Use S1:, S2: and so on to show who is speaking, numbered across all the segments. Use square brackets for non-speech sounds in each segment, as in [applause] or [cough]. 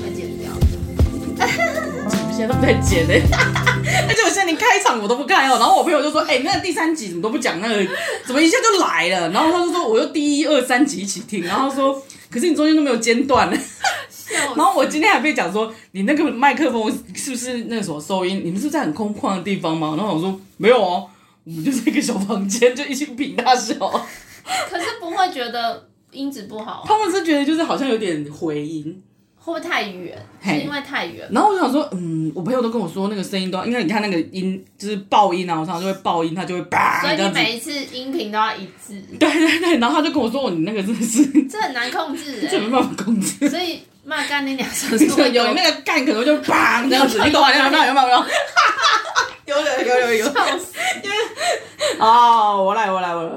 S1: 蛮剪掉，我现在都不在剪呢、 [laughs] 而且我现在连开场我都不开哦，然后我朋友就说：“哎、那第三集怎么都不讲那个，怎么一下就来了？”然后他就说：“我就第一、二、三集一起听。”然后他说：“可是你中间都没有间断。” [laughs] 然后我今天还被讲说：“你那个麦克风是不是那个什么收音？你们是在很空旷的地方吗？”然后我说：“没有哦，我们就在一个小房间，就一起比大小。”
S2: 可是不会觉得音质不好，
S1: [laughs] 他们是觉得就是好像有点回音，
S2: 会不会太远？
S1: 嘿
S2: 是因为太远，
S1: 然后我就想说，嗯，我朋友都跟我说那个声音都要，因为你看那个音就是爆音啊，我常常就会爆音，他就会叭
S2: 所
S1: 这
S2: 以你
S1: 样子。
S2: 每一次音频都要一致，
S1: 对对对，然后他就跟我说，我你那个真的是，
S2: 这很难控制
S1: 这
S2: 哎、
S1: 没 [laughs] 办法控制。
S2: 所以骂干你俩小时
S1: 有 [laughs] 有那个干，可能就叭这样子，你懂吗？你懂吗？有没有？有没有？ [laughs] 有有有有有。 [laughs] 哦，我来，我来，我来。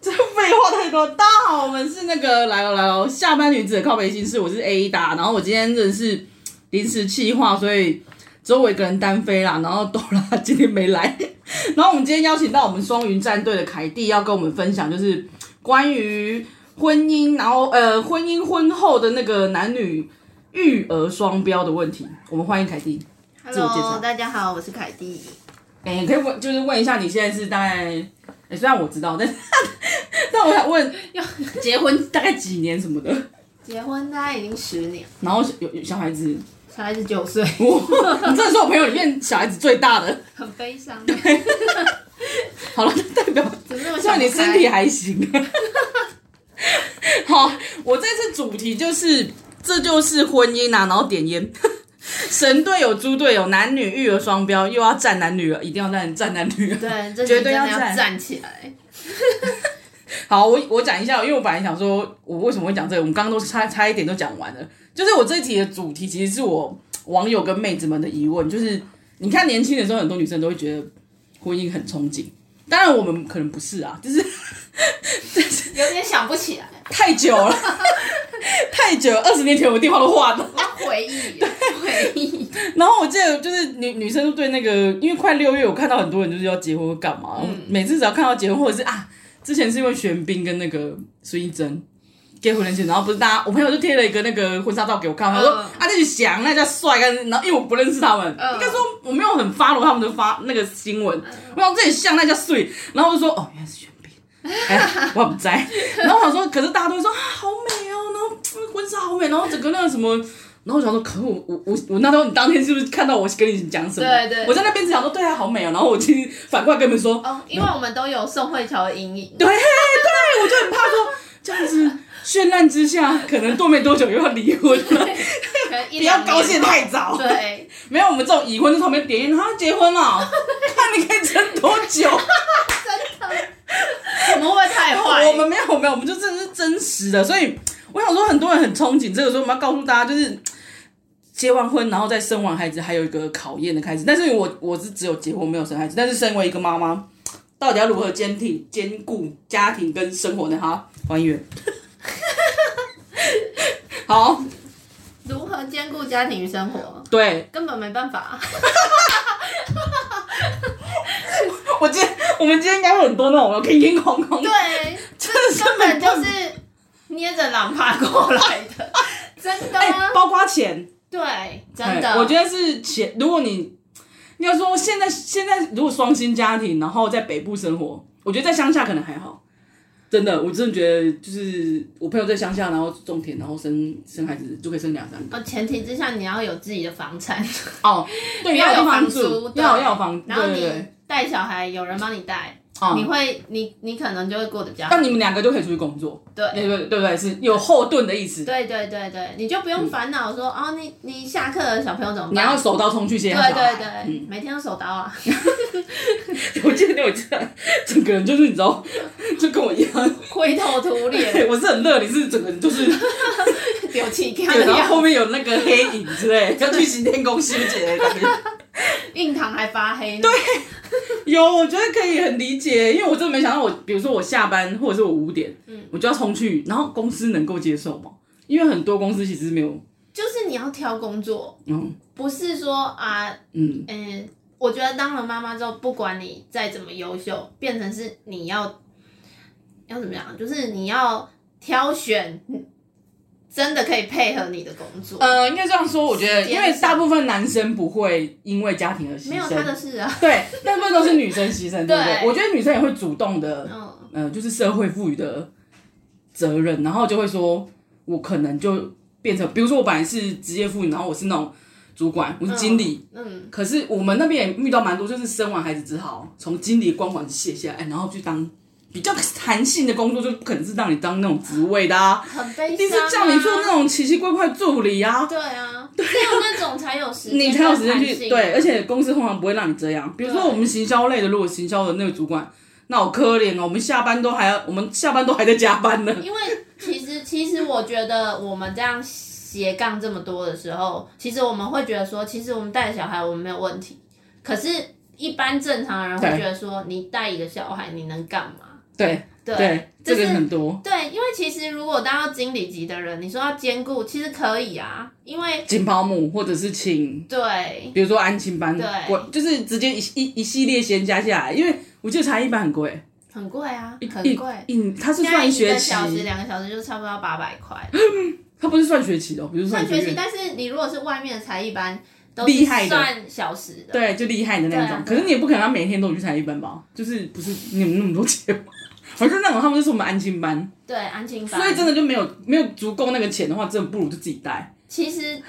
S1: 这废话太多。大家好，我们是那个来了来了，下班女子的靠北心事，我是 A 达。然后我今天真的是临时气话，所以只有我一个人单飞啦。然后朵拉今天没来。 [laughs] 然后我们今天邀请到我们双云战队的凯蒂，要跟我们分享就是关于婚姻，然后呃婚姻婚后的那个男女育儿双标的问题。我们欢迎凯蒂。自我介绍
S2: Hello，大家好，我是凯
S1: [laughs]
S2: 蒂。
S1: 哎、可以问，就是问一下，你现在是大概，哎、虽然我知道，但但我想问，结婚大概几年什么的，
S2: 结婚大概已经十年，
S1: 然后有有小孩子，
S2: 小孩子九岁，
S1: 你真的是我朋 [laughs] 友里面小孩子最大的。
S2: 很
S1: [laughs]
S2: 悲伤。啊
S1: 好了，代表
S2: 怎么那么
S1: 希望你
S2: 想不开
S1: 身体还行。 [laughs] 好，我这次主题就是，这就是婚姻啊，然后点烟。 [laughs] 神队友、猪队友，男女育儿双标，又要站男女了，一定要站站男女了。
S2: 对，这
S1: 绝对
S2: 集真
S1: 要
S2: 的要
S1: 站
S2: 站起来。
S1: 好，我我讲一下，因为我本来想说，我为什么会讲这个，我们刚刚都差差一点都讲完了。就是我这一题的主题，其实是我网友跟妹子们的疑问，就是你看年轻的时候，很多女生都会觉得婚姻很憧憬，当然我们可能不是啊，就是
S2: 有点想不起来，
S1: 太久了， [laughs] 太久了，二十年前我电话都换了。
S2: 我要
S1: [laughs]
S2: 回忆，回忆。
S1: 然后我记得就是女女生对那个，因为快六月，我看到很多人就是要结婚或干嘛，
S2: 嗯
S1: 每次只要看到结婚或者是啊，之前是因为玄彬跟那个孙艺珍结婚那些，然后不是大家，我朋友就贴了一个那个婚纱照给我看，他说、
S2: 嗯
S1: 啊那是翔，那叫帅，但是然后因为我不认识他们，
S2: 嗯
S1: 应该说我没有很 follow 他们的发那个新闻，我想这里像那叫碎，然后我就说哦原来是玄彬。哎，我不在。然后我想说，可是大家都会说啊，好美哦，然后嗯婚纱好美，然后整个那个什么，然后我想说，可是我我我我那时候你当天是不是看到我跟你讲什么？
S2: 对对
S1: 我在那边只想说，对啊，好美哦。然后我其实反过来跟你们说，
S2: 哦，因为我们都有宋慧乔的阴影。
S1: 对对，我就很怕说 [laughs] 这样子绚烂之下，可能多没多久又要离婚了，
S2: 可能一
S1: 不要
S2: 两年
S1: 高兴太早。
S2: 对，
S1: 没有，我们这种已婚就旁边点烟，他结婚
S2: [laughs]
S1: 了，看你可以撑多久。
S2: 怎么会太坏？
S1: 哦我们没有没有，我们就真的是真实的，所以我想说，很多人很憧憬这个，所以我们要告诉大家，就是结完婚然后再生完孩子，还有一个考验的开始。但是我我是只有结婚没有生孩子，但是身为一个妈妈，到底要如何坚挺兼顾家庭跟生活呢？哈，王一 [laughs] 元，好，
S2: 如何兼顾家庭与生活，
S1: 对
S2: 根本没办
S1: [laughs]
S2: 法。
S1: 我今天我们今天应该会很多那种可以眼红红，
S2: 对，啊
S1: 真的是
S2: 根本
S1: 没办法
S2: 就是捏着狼爬过来
S1: [laughs]
S2: 的，真的
S1: 哎、
S2: 啊。
S1: 包括钱。
S2: 对，真
S1: 哎
S2: 的。
S1: 我觉得是钱。如果你你要说现在现在如果双薪家庭，然后在北部生活，我觉得在乡下可能还好。真的，我真的觉得就是我朋友在乡下，然后种田，然后生生孩子就可以生两三个。
S2: 哦，前提之下你要有自己的
S1: [laughs]
S2: 房产， [laughs]
S1: 哦，对，
S2: 要
S1: 要有地
S2: 有
S1: 方
S2: 房
S1: 住，
S2: 对
S1: 要要有房，
S2: 然后
S1: 对对
S2: 你
S1: 对
S2: 带小孩有人帮你带，
S1: 啊
S2: 你会你你可能就会过得比较好
S1: 那。你们两个就可以出去工作，对
S2: 对
S1: 不对？对不对？是有后盾的意思。
S2: 对对对对，你就不用烦恼说哦，你你下课了小朋友怎么办？
S1: 嗯你要嗯手刀冲去接
S2: 对
S1: 他小孩。
S2: 对对，每天都手刀啊。 [laughs]
S1: 对，嗯我记得你有这样，整个人就是你知道， [laughs] 就跟我一样，
S2: 灰头土
S1: [laughs]
S2: 脸，
S1: 我是很热，你是整个人就是，
S2: 丢弃看
S1: 对
S2: 的
S1: 然后后
S2: 样，
S1: 面有那个黑影之 [laughs] 类，要去行天宫修姐的感觉。
S2: 印堂还发黑。对，
S1: 有，我觉得可以很理解，因为我真的没想到我，比如说我下班或者是我五点，我就要冲去，然后公司能够接受吗？因为很多公司其实没有，
S2: 就是你要挑工作，
S1: 嗯
S2: 不是说啊，
S1: 嗯，
S2: 嗯，我觉得当了妈妈之后，不管你再怎么优秀，变成是你要要怎么样，啊就是你要挑选真的可以配合你的工作，
S1: 呃，应该这样说，我觉得，
S2: 时间
S1: 因为
S2: 上
S1: 呃大部分男生不会因为家庭而牺牲，
S2: 没有他的事啊。
S1: 对，大部分都是女生牺牲，对不对？
S2: 对
S1: 我觉得女生也会主动的，
S2: 嗯，
S1: 呃，就是社会赋予的责任，然后就会说，我可能就变成，比如说我本来是职业妇女，然后我是那种主管，我是经理，
S2: 嗯，
S1: 可是我们那边也遇到蛮多，就是生完孩子之后，从经理光环卸下来，然后去当比较弹性的工作，就不可能是让你当那种职位的啊，
S2: 很悲
S1: 一
S2: 伤、
S1: 定
S2: 啊。
S1: 是叫你做那种奇奇怪怪助理啊。
S2: 对啊，只有那种才有时间，
S1: 你才有时间去对，而
S2: 且
S1: 且公司通常不会让你这样。比如说
S2: 对
S1: 我们行销类的，如果行销的那个主管，那好可怜哦，我们下班都还要，我们下班都还在加班呢。
S2: 因为其实其实我觉得我们这样斜杠这么多的时候，其实我们会觉得说，其实我们带小孩我们没有问题，可是，一般正常人会
S1: 对
S2: 觉得说，你带一个小孩你能干嘛？
S1: 对
S2: 对，
S1: 对，这
S2: 就
S1: 个
S2: 是
S1: 很多
S2: 对，因为其实如果当到经理级的人，你说要兼顾，其实可以啊，因为
S1: 请保姆或者是请，
S2: 对
S1: 比如说安亲班，
S2: 对
S1: 我就是直接一一一系列先加下来，因为我记得茶艺班很贵，
S2: 很贵啊，
S1: 一
S2: 很贵。
S1: 一它是
S2: 现在
S1: 算
S2: 一
S1: 学
S2: 个
S1: 期，嗯
S2: 小时、两个小时就差不多要八百块，
S1: 它不是算学期的哦，不是
S2: 算
S1: 学
S2: 学
S1: 月
S2: 期。但是你如果是外面的才艺班，都
S1: 厉
S2: 是
S1: 害的
S2: 算小时的。
S1: 对，就厉害的那
S2: 对
S1: 种
S2: 啊。
S1: 可是你也不可能让每天都有去才艺班吧？就是不是你有那么多钱吗？反正那种他们就是我们安亲班，
S2: 对，安亲班。
S1: 所以真的就没有没有足够那个钱的话，真的不如就自己带，
S2: 其实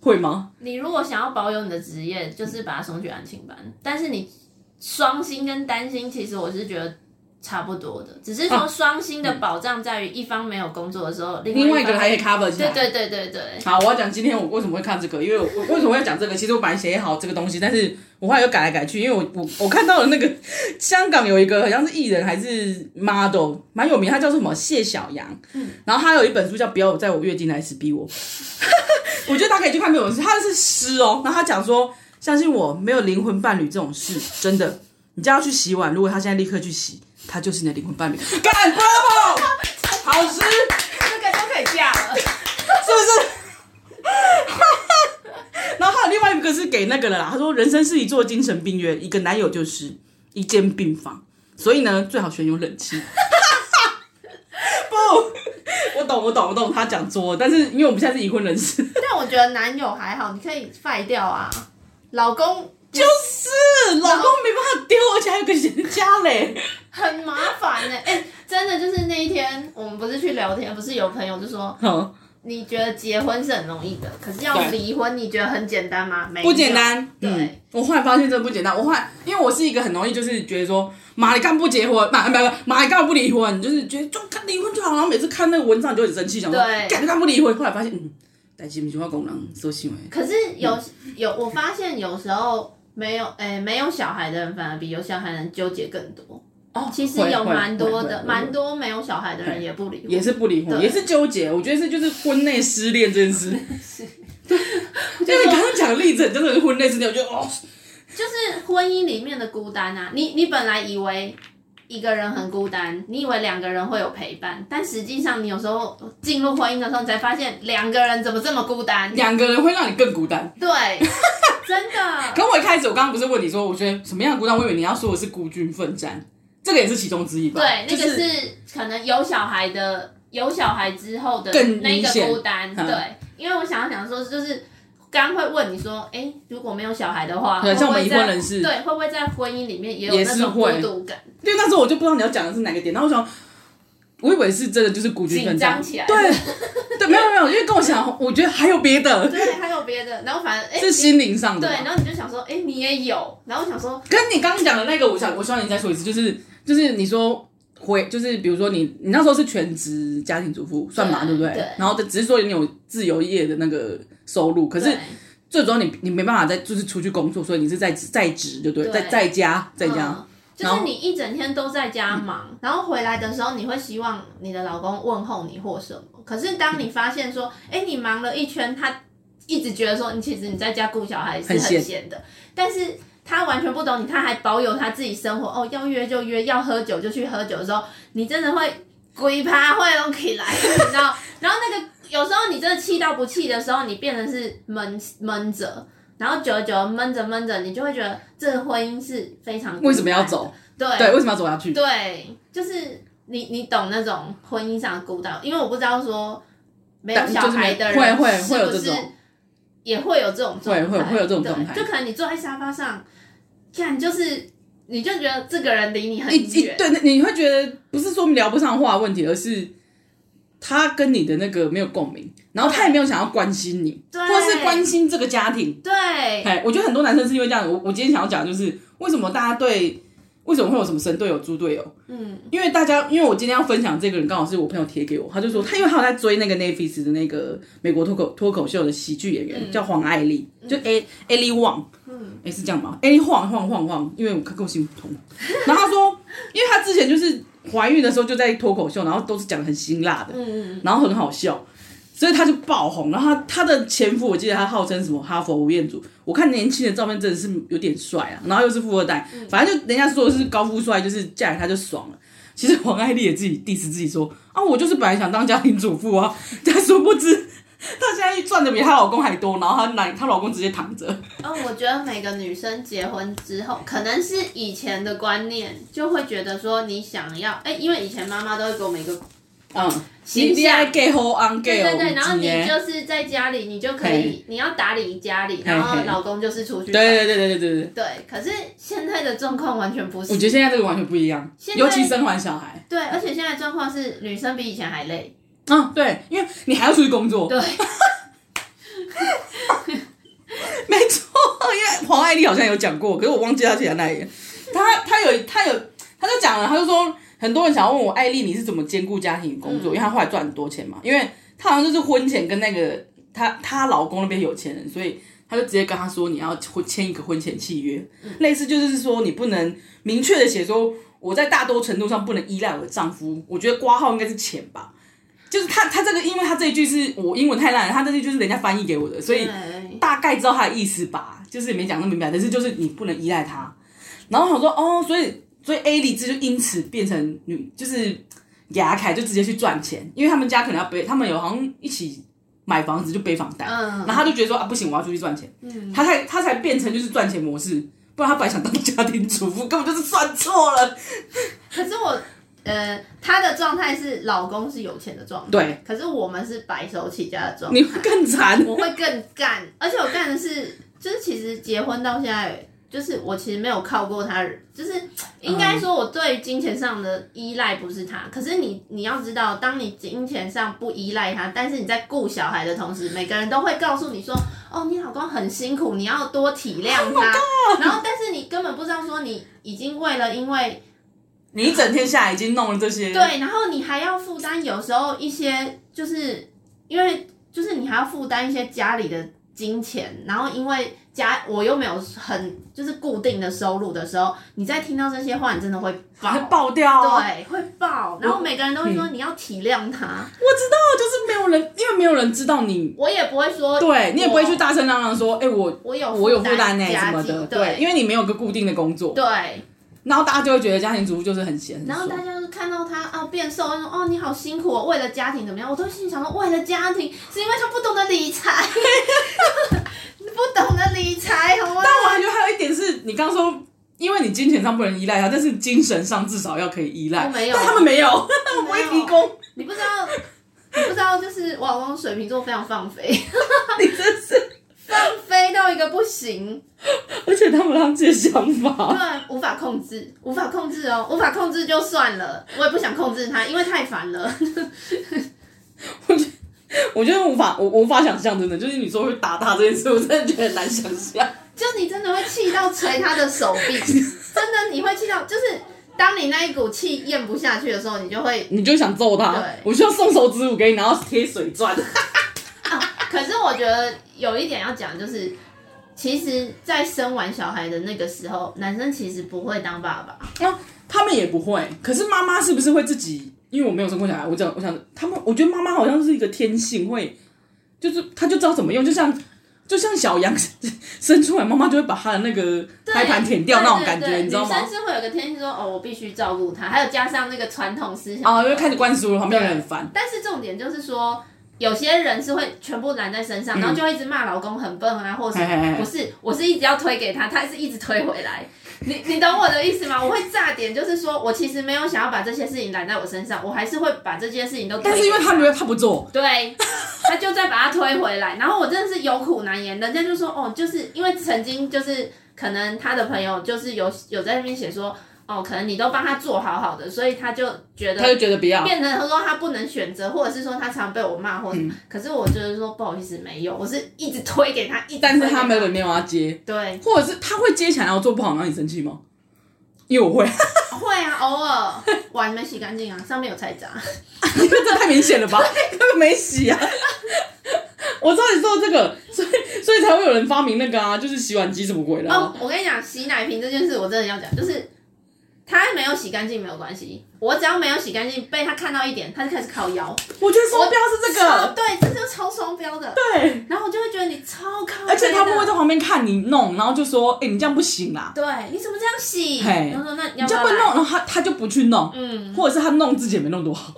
S1: 会吗？
S2: 你如果想要保有你的职业，就是把他送去安亲班。但是你双薪跟单薪，其实我是觉得差不多的，只是说
S1: 啊
S2: 双薪的保障在于一方没有工作的时候，
S1: 另
S2: 另
S1: 外一
S2: 方
S1: 个还可以 cover 起来
S2: 对。对对对对，
S1: 好，我要讲今天我为什么会看这个，因为我我为什么会讲这个？其实我本来写好这个东西，但是我后来又改来改去，因为我我我看到了那个香港有一个好像是艺人还是 model 蛮有名，他叫什么谢小杨，然后他有一本书叫《不要在我月经来时逼我》， [laughs] 我觉得大家可以去看这本书，他是诗哦，然后他讲说，相信我，没有灵魂伴侣这种事，真的，你叫他去洗碗，如果他现在立刻去洗，他就是你的灵魂伴侣，干 bravo，好诗。
S2: 这个都可以嫁了。
S1: 是不是？然后还有另外一个是给那个的啦，他说人生是一座精神病院，一个男友就是一间病房，所以呢最好选有冷气。不，我懂我懂我懂他讲作，但是因为我们现在是已婚人士，
S2: [laughs] 但我觉得男友还好，你可以废掉啊。老公
S1: 就是老公没办法丢，而且还有个人家嘞。
S2: 很麻烦呢、 [laughs] 哎、真的就是那一天，我们不是去聊天，不是有朋友就说，
S1: 好，
S2: 你觉得结婚是很容易的，可是要
S1: 对
S2: 离婚，哎你觉得很简单吗？没有
S1: 不简单。
S2: 对。
S1: 嗯，我后来发现真的不简单。我后来，因为我是一个很容易就是觉得说，妈你干不结婚，妈不不，妈你干不离婚，就是觉得就看离婚就好。然后每次看那个文章你就很生气，想说
S2: 对
S1: 干干不离婚。后来发现，嗯，但是不是我讲人所想的。
S2: 可是有有，我发现有时候没有，哎、没有小孩的人反而比有小孩的人纠结更多。
S1: 哦，
S2: 其实
S1: 会
S2: 有
S1: 会
S2: 蛮多
S1: 会会
S2: 的，
S1: 会
S2: 蛮多没有小孩的人
S1: 对
S2: 也不离婚，
S1: 也是不离婚，
S2: 对
S1: 也是纠结。我觉得是就是婚内失恋这件
S2: [laughs]
S1: 事。对，因为你刚刚讲的例子，真的是婚内失恋，我觉得哦，
S2: 就是婚姻里面的孤单啊。你你本来以为一个人很孤单，你以为两个人会有陪伴，但实际上你有时候进入婚姻的时候，你才发现两个人怎么这么孤单？
S1: 两个人会让你更孤单。
S2: 对， [laughs] 真的，
S1: 可我一开始我刚刚不是问你说，我觉得什么样的孤单？我以为你要说的是孤军奋战，这个也是其中之一吧？
S2: 对，那
S1: 就
S2: 个是可能有小孩的，有小孩之后的
S1: 更
S2: 那
S1: 明
S2: 个
S1: 显
S2: 孤单。
S1: 嗯
S2: 对，因为我想要讲说，就是刚刚会问你说，哎、如果没有小孩的话，
S1: 对
S2: 会
S1: 像
S2: 不会
S1: 我们已
S2: 在
S1: 婚人士
S2: 对，会不会在婚姻里面也有
S1: 也
S2: 那
S1: 是
S2: 种孤
S1: 会
S2: 独感？
S1: 因为那时候我就不知道你要讲的是哪个点，然后我想，我以为是真的就是孤军奋
S2: 紧张
S1: 战
S2: 起来
S1: 对，对，没有没有，因为跟我想，我觉得还有别的，
S2: 对，还有别的，然后反正哎，
S1: 是心灵上的
S2: 对，
S1: 吧。
S2: 然后你就想说，哎，你也有，然后我想说，
S1: 跟你刚刚讲的那个，我想我希望你再说一次，就是就是你说回，就是比如说你你那时候是全职家庭主妇算吧，对
S2: 对
S1: 不对？
S2: 对
S1: 然后只是说你有自由业的那个收入，可是
S2: 对
S1: 最主要你你没办法再就是出去工作，所以你是在在职就对，
S2: 对
S1: 在在家在家。
S2: 嗯就
S1: 然
S2: 是
S1: 后
S2: 你一整天都在家忙，然后回来的时候，你会希望你的老公问候你或什么。可是当你发现说，哎、你忙了一圈，他一直觉得说，你其实你在家顾小孩是
S1: 很
S2: 很
S1: 闲
S2: 闲的，但是他完全不懂你，他还保有他自己生活哦，要约就约，要喝酒就去喝酒的时候，你真的会鬼趴会拢起来，你知道？然后那个有时候你真的气到不气的时候，你变成是闷闷着。然后久而久而闷着闷着，你就会觉得这个婚姻是非常孤单的
S1: 为什么要走？
S2: 对
S1: 对，为什么要走下去？
S2: 对，就是你你懂那种婚姻上的孤岛，因为我不知道说没有
S1: 但
S2: 小
S1: 就是没
S2: 孩的人
S1: 会会
S2: 是
S1: 会有
S2: 不
S1: 这
S2: 是
S1: 种
S2: 也会有这种状
S1: 会
S2: 态，
S1: 会会有这种
S2: 对
S1: 状态
S2: 就可能你坐在沙发上，看就是你就觉得这个人离你很
S1: 一一
S2: 远，
S1: 对，那你会觉得不是说聊不上话的问题，而是他跟你的那个没有共鸣，然后他也没有想要关心你，
S2: 对
S1: 或是关心这个家庭。
S2: 对
S1: 哎，我觉得很多男生是因为这样。我我今天想要讲的就是为什么大家对为什么会有什么神队友、猪队友？
S2: 嗯，
S1: 因为大家因为我今天要分享这个人，刚好是我朋友贴给我，他就说他因为他有在追那个 Netflix 的那个美国脱口脱口秀的喜剧演员，叫黄艾丽，就 A Ellie Wang，嗯，哎、是这样吗？Ellie 晃晃晃晃，因为我跟我姓同，然后他说，因为他之前就是怀孕的时候就在脱口秀，然后都是讲得很辛辣的，嗯，然后很好笑。所以他就爆红，然后他他的前夫，我记得他号称什么哈佛吴彦祖，我看年轻的照片真的是有点帅啊，然后又是富二代，反正就人家说的是高富帅，就是嫁给他就爽了。其实黄爱丽也自己 diss 自己说啊，我就是本来想当家庭主妇啊，但殊不知她现在赚的比她老公还多，然后她男她老公直接躺着，
S2: 哦，我觉得每个女生结婚之后，可能是以前的观念就会觉得说你想要，哎，因为以前妈妈都会给我们一个
S1: 嗯，
S2: 形
S1: 你爱
S2: 象
S1: get hold on get
S2: 对对对，
S1: 哦
S2: 然后
S1: 几
S2: 你
S1: 年
S2: 就是在家里，你就可以
S1: 嘿，
S2: 你要打理家里，
S1: 嘿
S2: 然后老公就是出去。
S1: 对对对对对对对，
S2: 对可是现在的状况完全不是。
S1: 我觉得现在这个完全不一样，
S2: 现在
S1: 尤其生完小孩，
S2: 对，而且现在状况是女生比以前还累。
S1: 嗯，对，因为你还要出去工作，
S2: 对，
S1: 没错，因为黄爱丽好像有讲过，可是我忘记她写在哪里了。她她有她有，她就讲了，她就说很多人想要问我艾丽你是怎么兼顾家庭与工作，因为她后来赚很多钱嘛，因为她好像就是婚前跟那个她她老公那边有钱人，所以她就直接跟她说你要婚签一个婚前契约，类似就是说你不能明确的写说我在大多程度上不能依赖我的丈夫，我觉得挂号应该是钱吧。就是她她这个，因为她这一句是我英文太烂了，她这句就是人家翻译给我的，所以
S2: 嗯对
S1: 大概知道他的意思吧，就是也没讲那么明白，但是就是你不能依赖他。然后我想说，哦，所以所以 A 理智就因此变成女，就是牙凯就直接去赚钱，因为他们家可能要背，他们有好像一起买房子就背房贷，
S2: 嗯
S1: 然后他就觉得说啊不行，我要出去赚钱，他才他才变成就是赚钱模式，不然他本来想当家庭主妇，根本就是算错了。
S2: 可是我，呃，她的状态是老公是有钱的状态，
S1: 对，
S2: 可是我们是白手起家的状态
S1: 你。会更
S2: [laughs]
S1: 惨，
S2: 我会更干，而且我干的是，就是其实结婚到现在，就是我其实没有靠过他，就是应该说我对于金钱上的依赖不是他。可是你你要知道，当你金钱上不依赖他，但是你在顾小孩的同时，每个人都会告诉你说，哦，你老公很辛苦，你要多体谅他。然后，但是你根本不知道说你已经为了因为
S1: 你一整天下来已经弄了这些，
S2: 对，然后你还要负担有时候一些，就是因为就是你还要负担一些家里的金钱，然后因为家我又没有很就是固定的收入的时候，你再听到这些话，你真的会
S1: 还
S2: 爆。
S1: 爆嗯掉、啊，
S2: 对，会爆。然后每个人都会说你要体谅他，
S1: 我知道，哦就是没有人，因为没有人知道你
S2: 我也不会说，
S1: 对你也不会去
S2: 我
S1: 大声嚷嚷说，哎、
S2: 嗯
S1: 我
S2: 我有
S1: 我有负担呢
S2: 家
S1: 什么
S2: 计
S1: 的，对，
S2: 对，
S1: 因为你没有个固定的工作，
S2: 对。
S1: 然后大家就会觉得家庭主妇就是很闲，很
S2: 然后大
S1: 爽。
S2: 家就看到他哦变瘦，就说哦你好辛苦哦，为了家庭怎么样？我都心里想说，为了家庭是因为他不懂得理财，不懂得理财，好吗？
S1: 但我还觉得还有一点是你刚刚说，因为你金钱上不能依赖他，但是精神上至少要可以依赖
S2: 我。没有，
S1: 但他们没有，他们 [laughs] 不会提供。
S2: 你不知道，你不知道，就是我老公水瓶座非常放飞，
S1: 你真是，
S2: 放飞到一个不行，
S1: 而且他们有他们自己的想
S2: 对啊
S1: 法，，
S2: 无法控制，无法控制哦，无法控制就算了，我也不想控制他，因为太烦了。
S1: 我觉得无法，我我无法想象，真的就是你说会打他这件事，我真的觉得很难想象。
S2: 就你真的会气到捶他的手臂，真的你会气到，就是当你那一股气咽不下去的时候，你就会。
S1: 你就想揍他
S2: 对，
S1: 我需要送手指舞给你，然后贴水钻。
S2: 可是我觉得有一点要讲，就是其实，在生完小孩的那个时候，男生其实不会当爸爸。
S1: 啊，他们也不会。可是妈妈是不是会自己？因为我没有生过小孩，我讲，我想他们，我觉得妈妈好像是一个天性，会就是她就知道怎么用，就像就像小羊生出来，妈妈就会把她的那个胎盘舔掉那种感觉，
S2: 对对对
S1: 你知道吗
S2: 女？生是会有个天性说，哦，我必须照顾他，还有加上那个传统思想
S1: 啊，因为开始灌输了，旁边人很烦。
S2: 但是重点就是说，有些人是会全部揽在身上，
S1: 嗯
S2: 然后就会一直骂老公很笨啊，或是
S1: 嘿嘿嘿
S2: 不是，我是一直要推给他，他是一直推
S1: [laughs]
S2: 回来。你你懂我的意思吗？我会炸点，就是说我其实没有想要把这些事情揽在我身上，我还是会把这件事情都推给。
S1: 但是因为他觉得他不做，
S2: 对，他就再把他推回来，然后我真的是有苦难言，人家就说哦，就是因为曾经就是可能他的朋友就是有有在那边写说哦，可能你都帮他做好好的，所以他就觉得
S1: 他就觉得不要。
S2: 变成他说他不能选择，或者是说他常被我骂，或者、
S1: 嗯
S2: 可是我就是说不好意思没有，我是一直推给他，一直
S1: 但是他
S2: 推
S1: 没
S2: 给
S1: 有没有要接，
S2: 对，
S1: 或者是他会接起来，然后做不好，然后你生气吗？因为我会，
S2: 会啊，偶尔碗没洗干净啊，上面有菜渣，
S1: 因 [laughs] 为这太明显了吧？根本没洗啊！ [laughs] 我知道你说的这个，所以所以才会有人发明那个啊，就是洗碗机什么鬼的、啊
S2: 哦，我跟你讲，洗奶瓶这件事我真的要讲，就是他没有洗干净没有关系，我只要没有洗干净，被他看到一点，他就开始靠腰。
S1: 我觉得双标是这
S2: 超
S1: 个，
S2: 对，这就是超双标的。
S1: 对，
S2: 然后我就会觉得你超靠，
S1: 而且他们会在。旁边看你弄，然后就说：“哎、你这样不行啦，
S2: 对，你怎么这样洗？
S1: 嘿
S2: 然后说那你
S1: 你
S2: 要
S1: 这样
S2: 要
S1: 不能
S2: 来
S1: 弄。”然后他他就不去弄，
S2: 嗯，
S1: 或者是他弄自己也没弄多 [laughs] 好，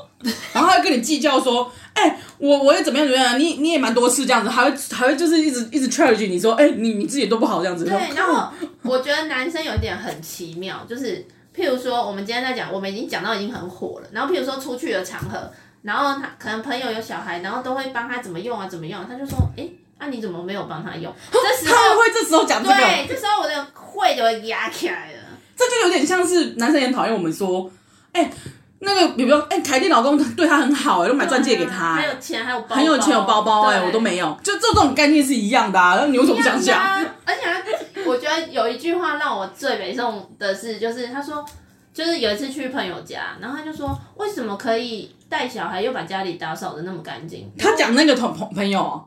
S1: 然后他会跟你计较说：“哎、我我也怎么样怎么样，啊你你也蛮多次这样子，还会还会就是一直一直 charge 你说：哎、你你自己也都不好这样子。”
S2: 对，然后我觉得男生有一点很奇妙，就是譬如说，我们今天在讲，我们已经讲到已经很火了。然后譬如说出去的场合，然后他可能朋友有小孩，然后都会帮他怎么用啊，怎么用啊、他就说，诶，那、你怎么没有帮他用？这时
S1: 哦他们
S2: 候，
S1: 会这时候讲这个，
S2: 对，这时候我的会就会压起来了。
S1: 这就有点像是男生也很讨厌我们说，哎、那个比如说，哎、凯蒂老公对她很好、哎，都买钻戒给她、
S2: 还啊有钱，还有包包，
S1: 很有钱有包包哎、
S2: 对
S1: 我都没有，就这种概念是一样的啊。那你为什么不想
S2: 一样
S1: 想？
S2: 啊而且他我觉得有一句话让我最北宋的是，就是他说，就是有一次去朋友家，然后他就说，为什么可以带小孩又把家里打扫的那么干净？
S1: 他讲那个同朋朋友哦，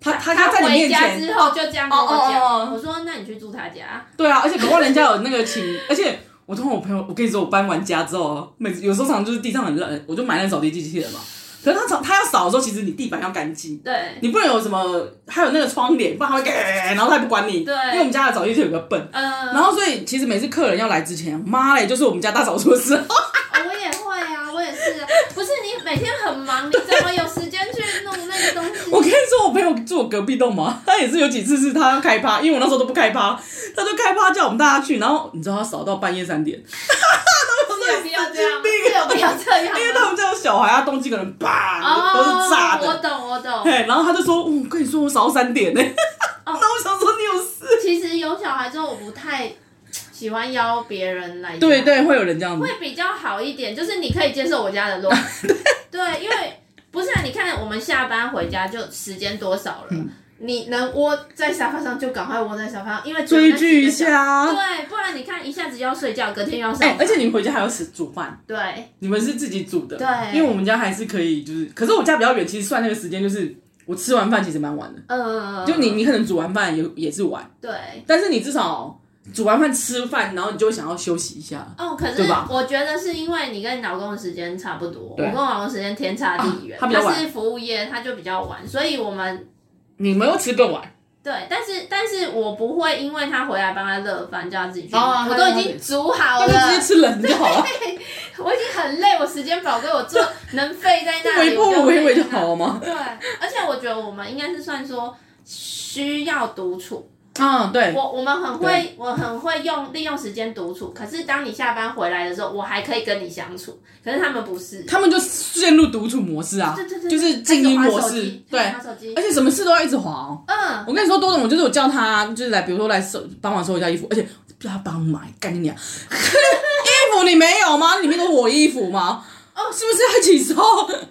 S1: 他他
S2: 他
S1: 在你
S2: 回
S1: 面
S2: 家
S1: 前，
S2: 之后就这样跟我
S1: 哦哦哦
S2: 讲，
S1: 哦
S2: 我说那你去住他家，
S1: 对啊，而且搞不好人家有那个请，而且我通常我朋友，我跟你说，我搬完家之后哦，每次有时候常常就是地上很乱，我就买那个扫地机器人嘛。可是他扫他要扫的时候，其实你地板要干净，
S2: 对，
S1: 你不能有什么，还有那个窗帘，不然他会，然后他也不管你。
S2: 对
S1: 因为我们家的扫地机器人比较笨，
S2: 呃，
S1: 然后所以其实每次客人要来之前，妈嘞，就是我们家大扫除的时候， [laughs]
S2: 哦我也会啊，我也是啊，不是你每天很忙，你怎么有时间去弄那个东西？
S1: [laughs] 我跟你说，我朋友住我隔壁栋嘛，他也是有几次是他要开趴，因为我那时候都不开趴，他就开趴叫我们大家去，然后你知道他扫到半夜三点， [laughs]
S2: 是有必要这样吗，是有必要这样吗，
S1: [laughs] 因为他们家有小孩，他东西可能啪都是炸
S2: 哦，我
S1: 的，
S2: 懂，我懂。
S1: 嘿，然后他就说，嗯我跟你说我扫到三点呢、[laughs]
S2: 哦
S1: 那我想说你有事，
S2: [laughs] 其实有小孩之后，我不太喜欢邀别人来，
S1: 对，对，会有人这样子，
S2: 会比较好一点，就是你可以接受我家的
S1: [laughs]
S2: 落，对，因为不是啊，你看我们下班回家就时间多少了，
S1: 嗯
S2: 你能窝在沙发上就赶快窝在沙发上，因为
S1: [laughs]
S2: 只有那
S1: 追剧一
S2: 几个小时。
S1: 下，
S2: 对，不然你看一下子又要睡觉，隔天又要上
S1: 哎、
S2: 班、
S1: 而且你们回家还要吃煮饭，
S2: 对
S1: 你们是自己煮的，
S2: 对
S1: 因为我们家还是可以，就是，可是我家比较远，其实算那个时间就是我吃完饭其实蛮晚的，
S2: 呃，
S1: 就你你可能煮完饭也也是晚。
S2: 对
S1: 但是你至少煮完饭吃饭，然后你就会想要休息一下。
S2: 哦，可是
S1: 对吧
S2: 我觉得是因为你跟你老公的时间差不多，我
S1: 对
S2: 跟我老公时间天差地远、
S1: 啊他比较晚
S2: 是服务业，他就比较晚，所以我们
S1: 你们又吃更晚，
S2: 对，但是但是我不会因为他回来帮他热饭，叫他自己去，
S1: 哦啊
S2: 我都已经煮好
S1: 那就直接
S2: 了，
S1: 吃冷就好了，
S2: 我已经很累，我时间宝贵，
S1: [laughs]
S2: 我做能废在 [laughs] 那
S1: 微
S2: 里，
S1: 波炉
S2: 我
S1: 微微
S2: 就
S1: 就
S2: 可以
S1: 好了吗？
S2: 对，而且我觉得我们应该是算说需要独处，
S1: 嗯，对，
S2: 我我们很会，我很会用利用时间独处，可是当你下班回来的时候，我还可以跟你相处，可是他们不是，
S1: 他们就陷入独处模式啊
S2: 对对，对，
S1: 就是静音模式，对，
S2: 他手机他
S1: 而
S2: 手机，
S1: 且什么事都要一直滑哦。
S2: 嗯，
S1: 我跟你说，多总，我就是我叫他，就是来，比如说来收帮忙收一下衣服，而且叫他帮买，干你 [laughs] 娘！衣服你没有吗？里面都是我衣服吗？
S2: 哦
S1: 是不是要一起收？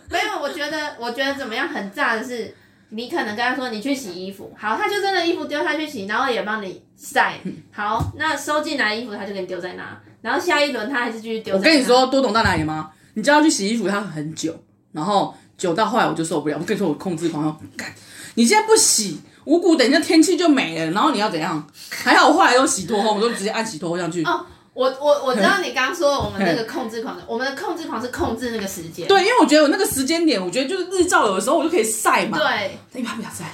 S2: 没有，我觉得，我觉得怎么样很炸的是，你可能跟他说你去洗衣服，好，他就真的衣服丢下去洗，然后也帮你晒，好，那收进来衣服他就给你丢在那，然后下一轮他还是继续丢。
S1: 我跟你，说，多懂到哪里吗？你叫他去洗衣服，他很久，然后久到后来我就受不了。我跟你说，我控制狂，干！你现在不洗，五谷等一下天气就没了，然后你要怎样？还好我后来都洗脱烘，我都直接按洗脱烘上去。
S2: 哦，我我我知道你刚刚说我们那个控制狂的，我们的控制狂是控制那个时间，
S1: 对，因为我觉得我那个时间点，我觉得就是日照有的时候我就可以晒嘛。
S2: 对，
S1: 因为他不想晒，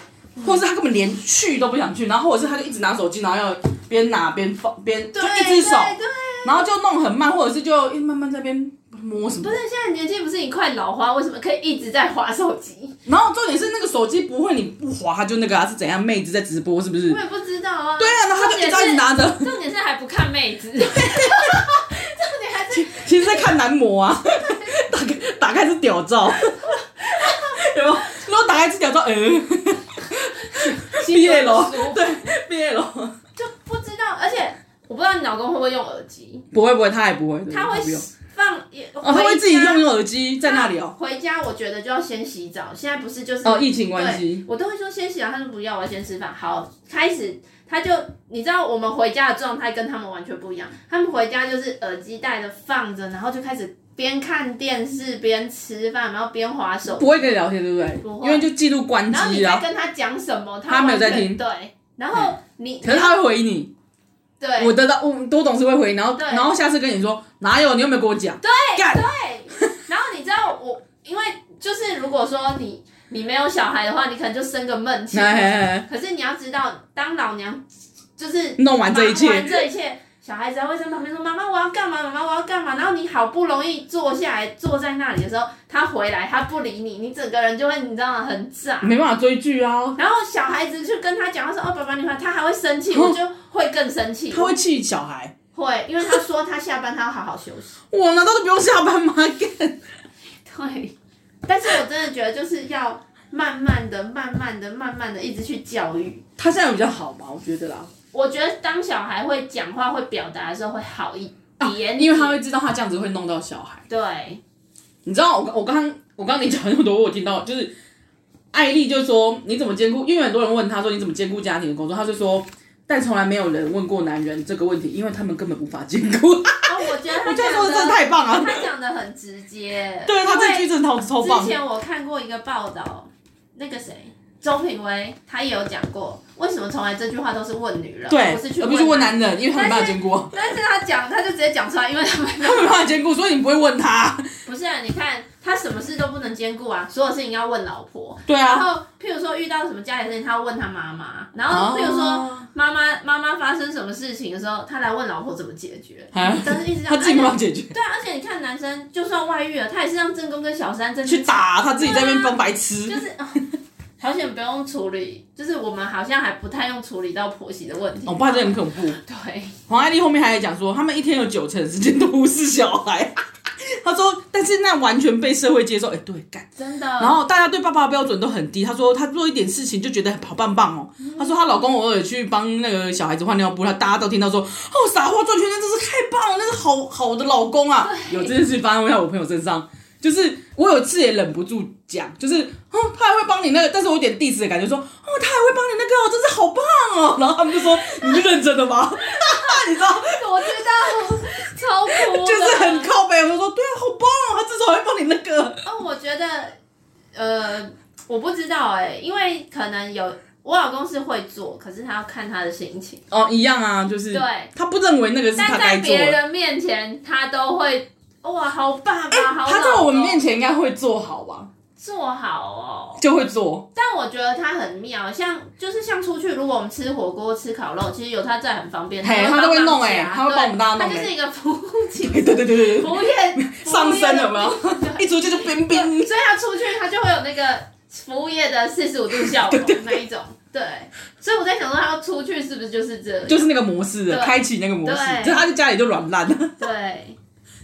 S1: 或者是他根本连去都不想去，然后或者是他就一直拿手机，然后要边拿边放边就
S2: 对，
S1: 一只手，
S2: 对对
S1: 然后就弄很慢，或者是就慢慢在那边摸什么
S2: 不。是现在年纪不是你快老花，为什么可以一直在划手机？
S1: 然后重点是那个手机不会你不滑它就那个啊是怎样？妹子在直播是不是？
S2: 我也不知道啊。
S1: 对啊，然后他就一直一直拿着，
S2: 重点是还不看妹子，重点还是
S1: 其实在看男模
S2: [laughs]
S1: 啊，打开打开是屌照，有没有？如果打开是屌照，呃，毕业了，对，毕业了，
S2: 就不知道，而且我不知道你老公会不会用耳机，
S1: 不会不嗯会，他也不会，对
S2: 他会
S1: 不用，
S2: 放也
S1: 哦，他会自己
S2: 回家
S1: 用耳机在那里哦。
S2: 回家我觉得就要先洗澡，现在不是就是
S1: 哦疫情关系
S2: 对我都会说先洗澡，他说不要，我要先吃饭。好，开始他就你知道我们回家的状态跟他们完全不一样，他们回家就是耳机戴着放着，然后就开始边看电视边吃饭，然后边划手机
S1: 不会跟你聊天，对不对？
S2: 不会
S1: 因为就记录关
S2: 然后你
S1: 机
S2: 在
S1: 啊。
S2: 跟他讲什么，
S1: 他没有在
S2: 完全
S1: 听
S2: 对，然后你
S1: 可是他会回你，
S2: 对
S1: 我得到我多懂事会回你，然后
S2: 对
S1: 然后下次跟你说哪有，你有没有跟我讲？对，干，
S2: 对，然后你知道我，因为就是如果说你你没有小孩的话，你可能就生个闷气。
S1: 哎哎哎
S2: 可是你要知道，当老娘就是
S1: 弄完这一
S2: 忙完
S1: 切，
S2: 这一切，小孩子还会在旁边说：“妈妈，我要干嘛？妈妈，我要干嘛？”然后你好不容易坐下来，坐在那里的时候，他回来，他不理你，你整个人就会你知道吗很炸。
S1: 没办法追剧啊，
S2: 然后小孩子去跟他讲，他说：“哦，爸爸，你回来。”他还会生气，我就会更生气。
S1: 他会气小孩。
S2: 会，因为他说他下班他要好好休息。
S1: 我难道都不用下班吗？ [laughs] 干
S2: [laughs] 对，但是我真的觉得就是要慢慢的、慢慢的、慢慢的一直去教育。
S1: 他现在比较好吧，我觉得啦，
S2: 我觉得当小孩会讲话、会表达的时候会好一点，
S1: 啊因为他会知道他这样子会弄到小孩。
S2: 对哦
S1: 你知道我我刚我刚你讲那么多，我听到就是艾丽就说你怎么兼顾？因为很多人问她说你怎么兼顾家庭的工作，她就说，但从来没有人问过男人这个问题，因为他们根本无法兼顾。
S2: 哦，我觉得他
S1: 我就
S2: 讲
S1: 说
S2: 的
S1: 这太棒了，
S2: 他讲的啊很直 [laughs] 接。
S1: 对啊他这句
S2: 因为
S1: 真的超超棒
S2: 之。前我看过一个报道，那个谁。周品威他也有讲过，为什么从来这句话都是问女人，
S1: 对
S2: 而不是去，
S1: 而不是问
S2: 男
S1: 男人，因为他没办法兼顾， [laughs]
S2: 但是他讲，他就直接讲出来，因为他们
S1: 他
S2: [laughs]
S1: 没办法兼顾，所以你不会问他。
S2: 不是、啊，你看他什么事都不能兼顾啊，所有事情要问老婆。
S1: 对啊
S2: 然后譬如说遇到什么家里的事情，他要问他妈妈。然后譬如说
S1: 哦
S2: 妈妈妈妈发生什么事情的时候，他来问老婆怎么解决。
S1: 啊
S2: 但是一直这
S1: 他
S2: 样
S1: 自己没办法解决，
S2: 对啊，而且你看男生就算外遇了，他也是让正宫跟小三正
S1: 去，打他自己在那边
S2: 对啊
S1: 装白
S2: 就
S1: 痴。
S2: 是。啊好险不用处理，就是我们好像还不太用处理到婆媳的问题。
S1: 我爸哦真的很恐怖。
S2: 对，
S1: 黄爱丽后面还讲说，他们一天有九成的时间都不是小孩。 [laughs] 他说，但是那完全被社会接受。哎、对，干。
S2: 真的。
S1: 然后大家对爸爸的标准都很低。他说他做一点事情就觉得好棒棒哦。他说她老公偶尔去帮那个小孩子换尿布，他大家都听到说哦撒花转圈圈真是太棒了，那是好好的老公 [laughs] 啊。有这件事发生在我朋友身上，就是我有一次也忍不住讲，就是哦他还会帮你那个，但是我有点 diss 的感觉说哦他还会帮你那个哦，真是好棒哦。 [laughs] 然后他们就说你是认真的吗？你知道。
S2: 我知道，超哭的，
S1: 就是很靠北，我就说对啊，好棒哦，他至少会帮你那个。
S2: 哦，我觉得，呃，我不知道哎、因为可能有我老公是会做，可是他要看他的心情。
S1: 哦，一样啊，就是
S2: 对
S1: 他不认为那个是他
S2: 但
S1: 该
S2: 在
S1: 做
S2: 别
S1: 的。
S2: 人面前，他都会哇，好爸爸，好
S1: 哎
S2: 哦
S1: 他在我们面
S2: 前
S1: 前应该会做好吧，
S2: 做好哦。
S1: 就会做。
S2: 但我觉得他很妙，像就是像出去，如果我们吃火锅、吃烤肉，其实有他在很方便，
S1: 嘿
S2: 他
S1: 他都会
S2: 帮忙
S1: 弄欸
S2: 夹
S1: 他会帮我们大家弄
S2: 对他就是
S1: 欸
S2: 一个服务型，
S1: 对对对对
S2: 服务业
S1: 上身有没？有
S2: 服务业的？
S1: 一出去就冰冰
S2: 对，。所以他出去他就会有那个服务业的四十五度
S1: [laughs]
S2: 笑容那一种。对，所以我在想说他要出去是不是就是这样？
S1: 就是那个模式的，
S2: 对
S1: 开启那个模式，
S2: 对
S1: 就他在家里就软烂了，
S2: 对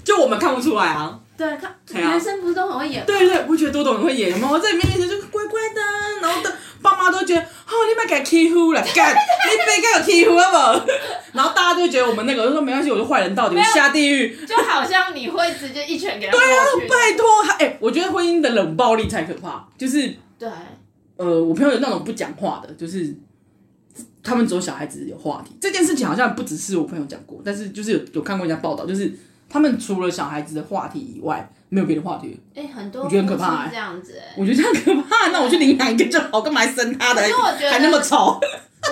S1: 就我们看不出来啊。
S2: 对，看
S1: 对啊
S2: 男生不是都很会演吗？
S1: 对对，我觉得多多很会演，有没有？我在里面一直就是乖乖的，然后的爸妈都觉得啊，你别给他欺负
S2: [laughs]
S1: 了，干，你别给我欺负好不？然后大家就会觉得我们那个，我就说没关系，我就坏人到底，我
S2: 没有
S1: 下地狱。
S2: 就好像你会直接一拳给他
S1: 对啊
S2: 过，去，
S1: 拜托，还哎、我觉得婚姻的冷暴力才可怕，就是
S2: 对，
S1: 呃，我朋友有那种不讲话的，就是他们只有小孩子有话题。这件事情好像不只是我朋友讲过，但是就是有有看过人家报道，就是他们除了小孩子的话题以外，没有别的话题了。
S2: 哎，很多
S1: 我觉得很可怕
S2: 夫妻
S1: 欸
S2: 这样子哎。
S1: 我觉得这样可怕，那我去领养一个就好，干嘛还生他的？
S2: 可是我觉得
S1: 还那么丑，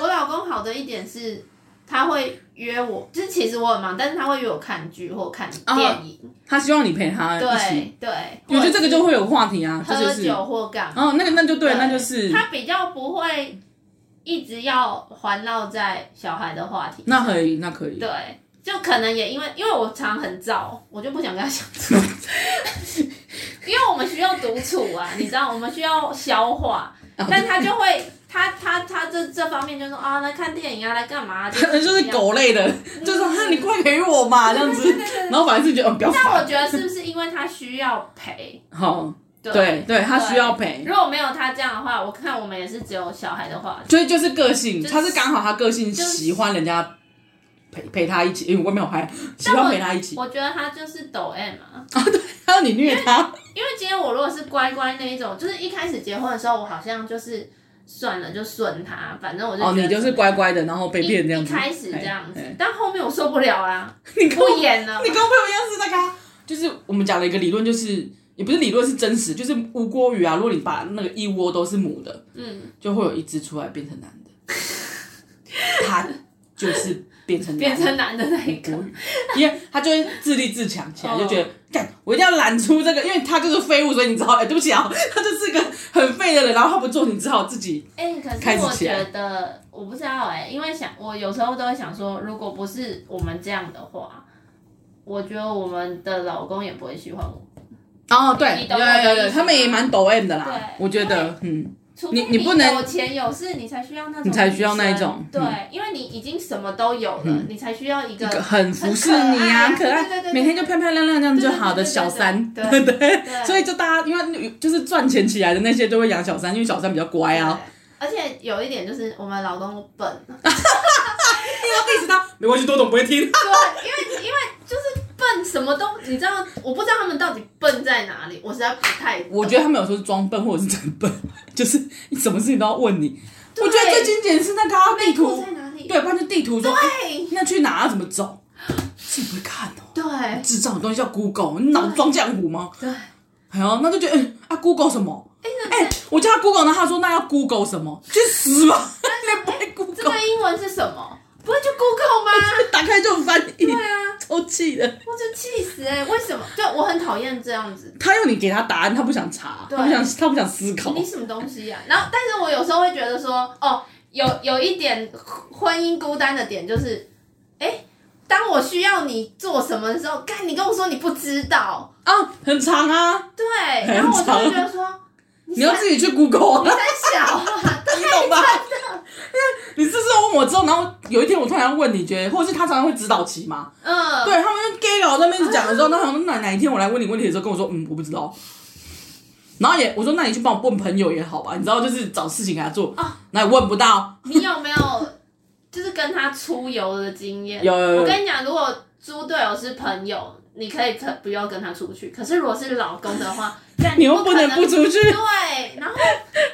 S2: 我老公好的一点是，他会约我，就是其实我很忙，但是他会约我看剧或看电影，
S1: 他希望你陪他啊一起。
S2: 对对。
S1: 我觉得这个就会有话题啊，这就
S2: 喝
S1: 是
S2: 酒或干嘛，
S1: 哦，那个那就对，那就是
S2: 他比较不会一直要环绕在小孩的话题。
S1: 那可以，那可以。
S2: 对，就可能也因为因为我常很燥，我就不想跟他相处， [laughs] 因为我们需要独处啊，你知道，我们需要消化，
S1: 哦
S2: 但他就会。他他他这这方面就说啊，来看电影啊，来干嘛、啊？
S1: 可能 [laughs] [laughs] 就是狗类的，就是说哈，你快陪我嘛，这样子。然后反正是觉得，嗯，不要
S2: 但我
S1: 烦。
S2: 觉得是不是因为他需要陪？
S1: 好，
S2: 对
S1: 对对，他需要陪，
S2: 如果没有他这样的话，我看我们也是只有小孩的话，
S1: 所以就是个性，
S2: 就是
S1: 他是刚好他个性
S2: 就是
S1: 喜欢人家陪陪他一起，因为我没有拍，喜欢陪他一起。
S2: 我觉得他就是抖 M 啊，
S1: 还有你虐他，
S2: 因为今天我如果是乖乖那一种，就是一开始结婚的时候，我好像就是算了就顺他，反正我就
S1: 哦，
S2: 觉得
S1: 你就是乖乖的，然后被
S2: 一
S1: 骗这样
S2: 一
S1: 子。
S2: 开始这样子
S1: 哎，哎
S2: 但后面我受不了啦，
S1: [laughs] 你跟我
S2: 不演了
S1: 你。跟我朋友一样是那个啊，就是我们讲的一个理论，就是也不是理论是真实，就是乌锅鱼啊，如果你把那个一窝都是母的，
S2: 嗯，
S1: 就会有一只出来变成男的，它就是变成男的
S2: [laughs] 变成男的那一
S1: 国
S2: 个，
S1: 语，因为他就会自立自强起来，
S2: 哦
S1: 就觉得干，我一定要揽出这个，因为他就是废物，所以你知道，哎、对不起啊，他就是个很废的人，然后他不做，你只好自己
S2: 哎、可
S1: 开
S2: 是
S1: 始
S2: 我
S1: 起
S2: 觉
S1: 来
S2: 得我不知道哎、因为想我有时候都会想说，如果不是我们这样的话，我觉得我们的老公也不会喜欢我。
S1: 哦，
S2: 你
S1: 对，
S2: 懂
S1: 有
S2: 我的
S1: 有有
S2: 意
S1: 有，
S2: 思
S1: 他们也蛮抖 M 的
S2: 对
S1: 啦，我觉得，嗯，
S2: 除
S1: 你
S2: 非
S1: 你不能
S2: 有钱有势，你才需要那种，
S1: 你才需要那一种
S2: 对
S1: 嗯，
S2: 因为你已经什么都有了，你才需要一个
S1: 一个很服侍你啊，
S2: 很
S1: 很
S2: 可
S1: 可
S2: 爱啊
S1: 爱，
S2: 对对对对
S1: 每天就漂漂亮亮这样
S2: 对对
S1: 就
S2: 对
S1: 好的
S2: 对对
S1: 小三，
S2: 对
S1: [laughs] 对对，
S2: 对，
S1: 所以就大家因为就是赚钱起来的那些都会养小三，因为小三比较乖啊，
S2: 对。而且有一点就是我们老公笨啊，
S1: 意识到没关系，多懂不会听，
S2: 对，因为因为就是笨，什么都你知道，我不知道他们到底笨在哪里，我实在不太懂。
S1: 我觉得他们有时候是装笨或者是真笨， [laughs] 就是你什么事情都要问你。我觉得最经典是那个啊地
S2: 内裤
S1: 图
S2: 在，哪里？
S1: 对，不然就地图说，哎
S2: 对
S1: 那去哪啊怎么走，自己不会看哦。
S2: 对
S1: 智障的东西叫 Google，你脑子装浆糊吗？
S2: 对，
S1: 哎呦，那就觉得，哎啊 Google 什么？哎，我叫他 Google，然后他说那要 Google 什么？去死吧！
S2: [laughs]
S1: 你不会
S2: 哎这个
S1: Google，
S2: 英文是什么？不会就 Google 吗？
S1: 打开就翻译， [laughs]
S2: 对啊，
S1: 抽气的。
S2: 我就气死哎、为什么？对我很讨厌这样子。
S1: 他要你给他答案，他不想查，
S2: 对
S1: 他不想，他不想思考。
S2: 你什么东西呀、然后，但是我有时候会觉得说，哦，有有一点婚姻孤单的点就是，哎，当我需要你做什么的时候，干你跟我说你不知道，
S1: 啊，很长啊，
S2: 对，
S1: 很
S2: 然后我就会
S1: 长
S2: 觉得说，
S1: 你要自己去 Google
S2: 你
S1: 啊。
S2: 太小啊，
S1: 你懂吧？ [laughs] 你是不是问我之后，然后有一天我突然要问你，觉得，或者是他常常会指导期嘛？ [laughs]
S2: 嗯，
S1: 对，他们就 gay 佬在那边讲的时候，那他们哪哪一天我来问你问题的时候，跟我说，嗯，我不知道。然后也我说，那你去帮我问朋友也好吧，你知道，就是找事情给他做
S2: 啊，
S1: 那也问不
S2: [laughs]
S1: 到。
S2: 你有没有就是跟他出游的经验？
S1: 有有有
S2: 我跟你讲，如果猪队友是朋友，你可以可不要跟他出去，可是如果是老公的话，干
S1: 你
S2: 不
S1: 又不
S2: 可
S1: 能不出去
S2: [laughs] 对，然后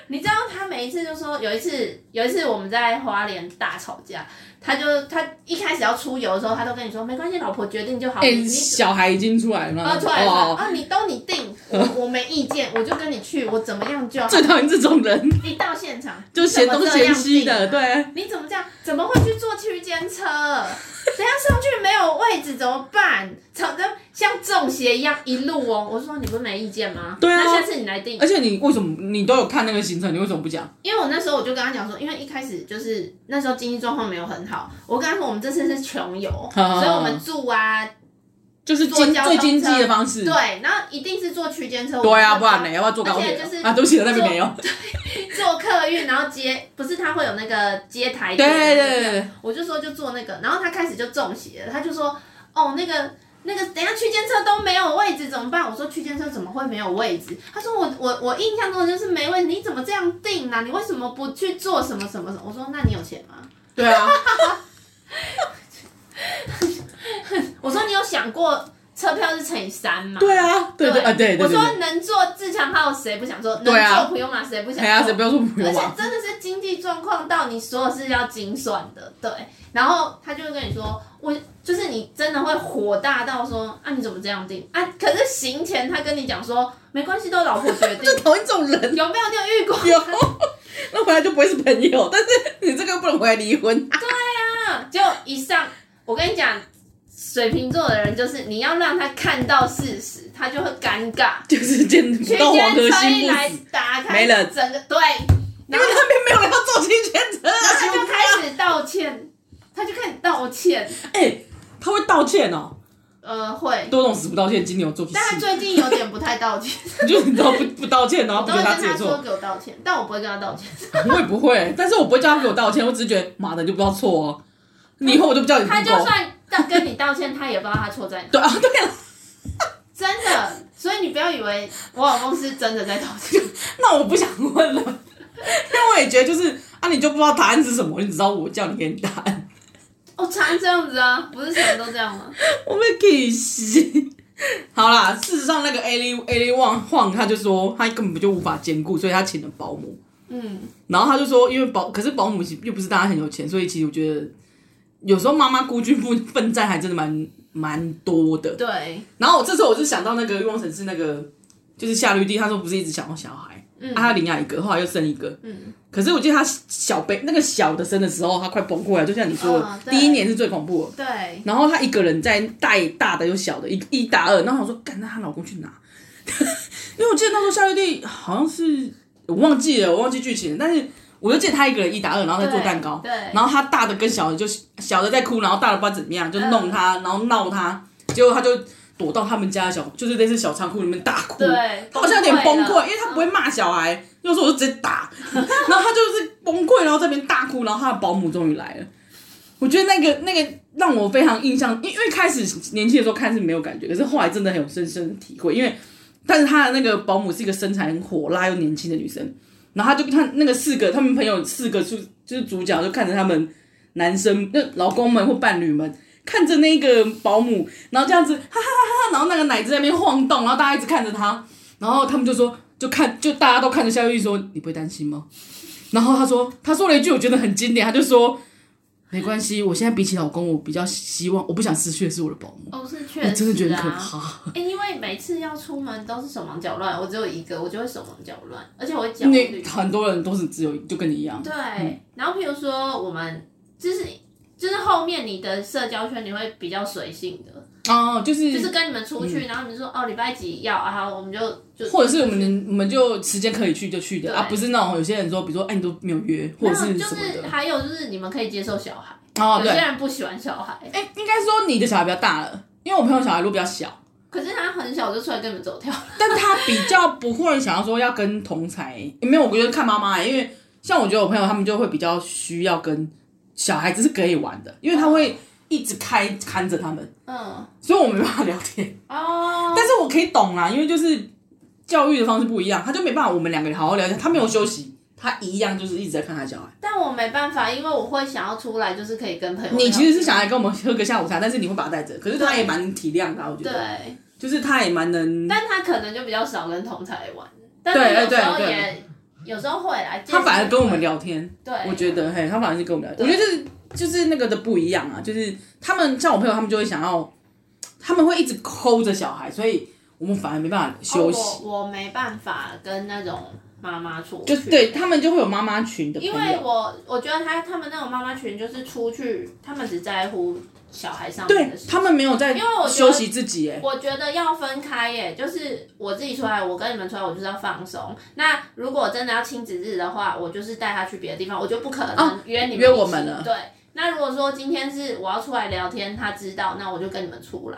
S2: 你知道他每一次就说，有一次有一次我们在花莲大吵架，他就他一开始要出游的时候，他都跟你说没关系，老婆决定就好，
S1: 哎、
S2: 你你
S1: 小孩已经出来了，
S2: 啊出来了
S1: 哦
S2: 啊，你都你定，我 [laughs] 我没意见，我就跟你去，我怎么样就好。
S1: 最讨厌这种人，
S2: 一到现场
S1: 就嫌东嫌西的，。
S2: 你怎么这样定啊
S1: 对。
S2: 你怎么这样？怎么会去坐区间车？等下上去没有位置怎么办？吵得像中邪一样一路哦。我说你不是没意见吗？
S1: 对啊
S2: 那下次你来定
S1: 而。且你为什么你都有看那个行程，你为什么不讲？
S2: 因为我那时候我就跟他讲说，因为一开始就是那时候经济状况没有很好，我跟他说我们这次是穷
S1: [laughs]
S2: 游，
S1: 啊
S2: 所以我们住啊，
S1: 就是
S2: 坐
S1: 经
S2: 交通
S1: 最经济
S2: 车
S1: 的方式。
S2: 对，然后一定是坐区间车。
S1: 对啊，
S2: 我们
S1: 不
S2: 就找
S1: 然呢？要不要坐高铁
S2: 而且就是
S1: 啊？对不起，那边没有。
S2: 坐客运，然后接不是他会有那个接台
S1: 对对
S2: 阶
S1: 对对，
S2: 我就说就做那个，然后他开始就中邪了，他就说哦那个那个等一下区间车都没有位置怎么办？我说区间车怎么会没有位置？他说我我我印象中就是没位置，你怎么这样定呢、啊你为什么不去做什么什么什么？我说那你有钱吗？
S1: 对啊，
S2: 我说你有想过车票是乘以三吗？
S1: 对啊，对对啊，对对对
S2: 我说
S1: 对，
S2: 能坐自强号谁不想坐？能
S1: 对啊
S2: 坐普悠玛谁不想
S1: 哎呀，
S2: 坐
S1: 谁？不要说不
S2: 而
S1: 用
S2: 且
S1: 啊？。
S2: 真的是经济状况到你所有是要精算的，对。然后他就会跟你说，我就是你真的会火大到说啊，你怎么这样定啊？可是行前他跟你讲说，没关系，都老婆决定
S1: [laughs] 讨厌这种人，
S2: 有没有你有遇过？
S1: 有， [laughs] 那回来就不会是朋友。但是你这个又不能回来离婚，
S2: 啊就一上，我跟你讲，水瓶座的人就是你要让他看到事实，他就会尴尬。
S1: 就是见不
S2: 区
S1: 到黄
S2: 间
S1: 河
S2: 车
S1: 心
S2: 一
S1: 不
S2: 来
S1: 死，
S2: 打开，
S1: 没了
S2: 整个对，
S1: 因
S2: 然
S1: 为
S2: 后
S1: 那边没有人要坐进圈车啊，
S2: 他就开始道歉，他就开始道歉，
S1: 哎，他会道歉哦。
S2: 呃，会，
S1: 多种死不道歉，金牛座不
S2: 但他
S1: 是，
S2: 最近有点不太道歉，
S1: 就是你知道不不道歉，然后
S2: 我
S1: 不
S2: 都
S1: 觉
S2: 会
S1: 得 [laughs] 他自
S2: 跟
S1: 己
S2: 他
S1: 的
S2: 说
S1: 错，
S2: 给我道歉，但我不会跟他道歉，
S1: 我也不会，但是我不会叫他给我道歉，我只是觉得妈的你就不知道错哦，你以后我就不叫你
S2: 他就
S1: Google
S2: 算道跟你道歉，他也不知道他错在哪，
S1: 对啊对啊，
S2: 真的，所以你不要以为我老公是真的在道歉， [laughs]
S1: 那我不想问了， [laughs] 因为我也觉得就是啊，你就不知道答案是什么，你只知道我叫你给你答案，
S2: 哦，常这样子啊，不是什么都这样吗？
S1: 我被气死。好啦，事实上那个 A L E， A L One 晃他就说他根本就无法兼顾，所以他请了保姆。
S2: 嗯，
S1: 然后他就说，因为保可是保姆又不是大家很有钱，所以其实我觉得有时候妈妈孤军奋奋战还真的蛮蛮多的。
S2: 对，
S1: 然后我这时候我就想到那个欲望城市那个就是夏绿蒂，她说不是一直想要小孩，
S2: 嗯
S1: 啊，她领养一个，后来又生一个，
S2: 嗯，
S1: 可是我记得她小 b 那个小的生的时候，她快崩溃了，就像你说的，
S2: 嗯对
S1: 第一年是最恐怖的。
S2: 对，
S1: 然后她一个人在带大的又小的，一一打二，然后我想说，干，那她老公去哪？ [laughs] 因为我记得那时候夏绿蒂好像是我忘记了，我忘记剧情了，但是我就记得她一个人一打二，然后在做蛋糕，
S2: 对对
S1: 然后她大的跟小的就小的在哭，然后大的不知道怎么样就弄她，然后闹她，结果她就躲到他们家的小，就是类似小仓库里面大哭，
S2: 对
S1: 她好像有点崩
S2: 崩溃
S1: 溃，
S2: 了
S1: 因为她不会骂小孩，有时候我就直接打， [laughs] 然后她就是崩溃，然后这边大哭，然后她的保姆终于来了，我觉得那个那个让我非常印象，因因为开始年轻的时候看是没有感觉，可是后来真的很有深深的体会，因为。但是她的那个保姆是一个身材很火辣又年轻的女生，然后她就看那个四个，他们朋友四个就就是主角就看着他们男生那老公们或伴侣们看着那个保姆，然后这样子哈哈哈哈，然后那个奶子在那边晃动，然后大家一直看着她，然后他们就说就看就大家都看着夏玉说你不会担心吗？然后她说她说了一句我觉得很经典，她就说没关系，我现在比起老公，我比较希望我不想失去的是我的保姆，
S2: 哦，是确
S1: 我
S2: 实、啊，
S1: 哎真的觉得很可怕。
S2: 哎、因为每次要出门都是手忙脚乱，我只有一个，我就会手忙脚乱，而且我会焦
S1: 那
S2: 虑。
S1: 很多人都是只有就跟你一样，
S2: 对，
S1: 嗯
S2: 然后譬如说我们就是就是后面你的社交圈你会比较随性的，
S1: 哦，就是
S2: 就是跟你们出去，然后你们说哦礼拜几要啊，好我们就就
S1: 嗯
S2: 啊
S1: 或者是我们我们就时间可以去就去的
S2: 对
S1: 啊，不是那种有些人说，比如说哎你都没有约，或
S2: 没
S1: 者
S2: 有
S1: 是
S2: 就
S1: 什么
S2: 是
S1: 的
S2: 还有就是你们可以接受小孩，
S1: 哦，
S2: 有
S1: 对，欸
S2: 些
S1: 哎、
S2: 人不喜欢小孩，
S1: 应该说你的小孩比较大了，因为我朋友小孩都比较小，
S2: 可是他很小就出来跟你们走跳，
S1: 但他比较不会想要说要跟同才，也没有，我觉得看妈妈、因为像我觉得我朋友他们就会比较需要跟小孩子是可以玩的，因为他会一直开看着他们，
S2: 嗯
S1: 所以我没办法聊天，
S2: 哦，
S1: 但是我可以懂啊啦，因为就是教育的方式不一样，他就没办法我们两个好好聊天，他没有休息，他一样就是一直在看他小孩。
S2: 但我没办法，因为我会想要出来，就是可以跟朋友聊天。
S1: 你其实是想来跟我们喝个下午茶，但是你会把他带着，可是他也蛮体谅的啊，我觉得，
S2: 对。
S1: 就是他也蛮能，
S2: 但他可能就比较少跟同才玩，但
S1: 对
S2: 是有时候
S1: 对对
S2: 也有时候会来，
S1: 他反而跟我们
S2: 聊，
S1: 聊天，
S2: 对，
S1: 我觉得嘿，他反而是跟我们聊天，
S2: 哎对
S1: 我觉得就是就是那个的不一样啊，就是他们像我朋友，他们就会想要，他们会一直抠着小孩，所以我们反而没办法休息，
S2: 哦我我没办法跟那种妈妈出去，
S1: 就对他们就会有妈妈群的朋
S2: 因为
S1: 友，
S2: 我我觉得他他们那种妈妈群就是出去，他们只在乎小孩上面
S1: 对
S2: 的事。
S1: 他们没有在
S2: 因为我觉得
S1: 休息自己，哎，
S2: 我觉得要分开耶，就是我自己出来，我跟你们出来，我就是要放松。那如果真的要亲子日的话，我就是带他去别的地方，我就不可
S1: 哦
S2: 能约你们、
S1: 约我们了
S2: 对，那如果说今天是我要出来聊天，他知道，那我就跟你们出来。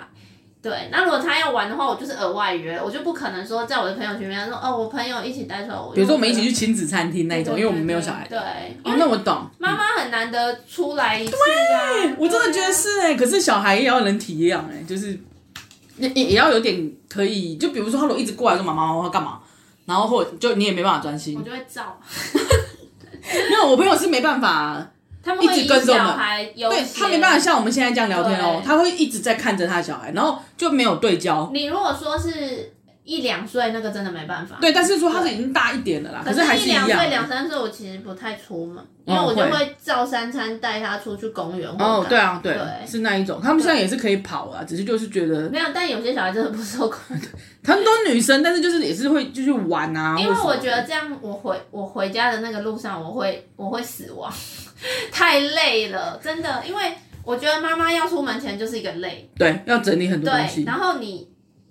S2: 对，那如果他要玩的话，我就是额外约，我就不可能说在我的朋友群里面说哦，我朋友一起带出来，
S1: 比如说我们一起
S2: 去
S1: 去亲子餐厅那一种，因为我们没有小孩，
S2: 对，
S1: 哦，那我懂，
S2: 妈妈很难得出来一次啊，
S1: 我真的觉欸
S2: 对啊
S1: 得是哎、可是小孩也要能体谅哎、就是也也也要有点可以，就比如说他如果一直过来说妈妈妈妈干嘛，然后或者就你也没办法专心
S2: 啊我。就会照，
S1: 因为我朋友是没办法，
S2: 他们会
S1: [laughs] 一
S2: 以
S1: 直跟着我们
S2: 小孩优
S1: 对
S2: 先。
S1: 他没办法像我们现在这样聊天哦，
S2: 对
S1: 他会一直在看着他的小孩，然后就没有对焦。
S2: 你如果说是一两岁，那个真的没办法。
S1: 对，但是说他是已经大一点了啦，
S2: 可
S1: 是还是
S2: 一两
S1: 样。哦
S2: 岁、两三岁，我其实不太出门，因为我就
S1: 会
S2: 会照三餐带他出去公园或干嘛。
S1: 哦，对啊，对，
S2: 对
S1: 是那一种，他们现在也是可以跑啊，只是就是觉得
S2: 没有，但有些小孩真的不受控，
S1: [laughs] 他们都女生，但是就是也是会就去玩啊。
S2: 因
S1: 或
S2: 为
S1: 什么
S2: 我觉得这样，我回我回家的那个路上，我会我会死亡， [laughs] 太累了，真的，因为我觉得妈妈要出门前就是一个累，
S1: 对要整理很多东
S2: 对，
S1: 西，
S2: 然后你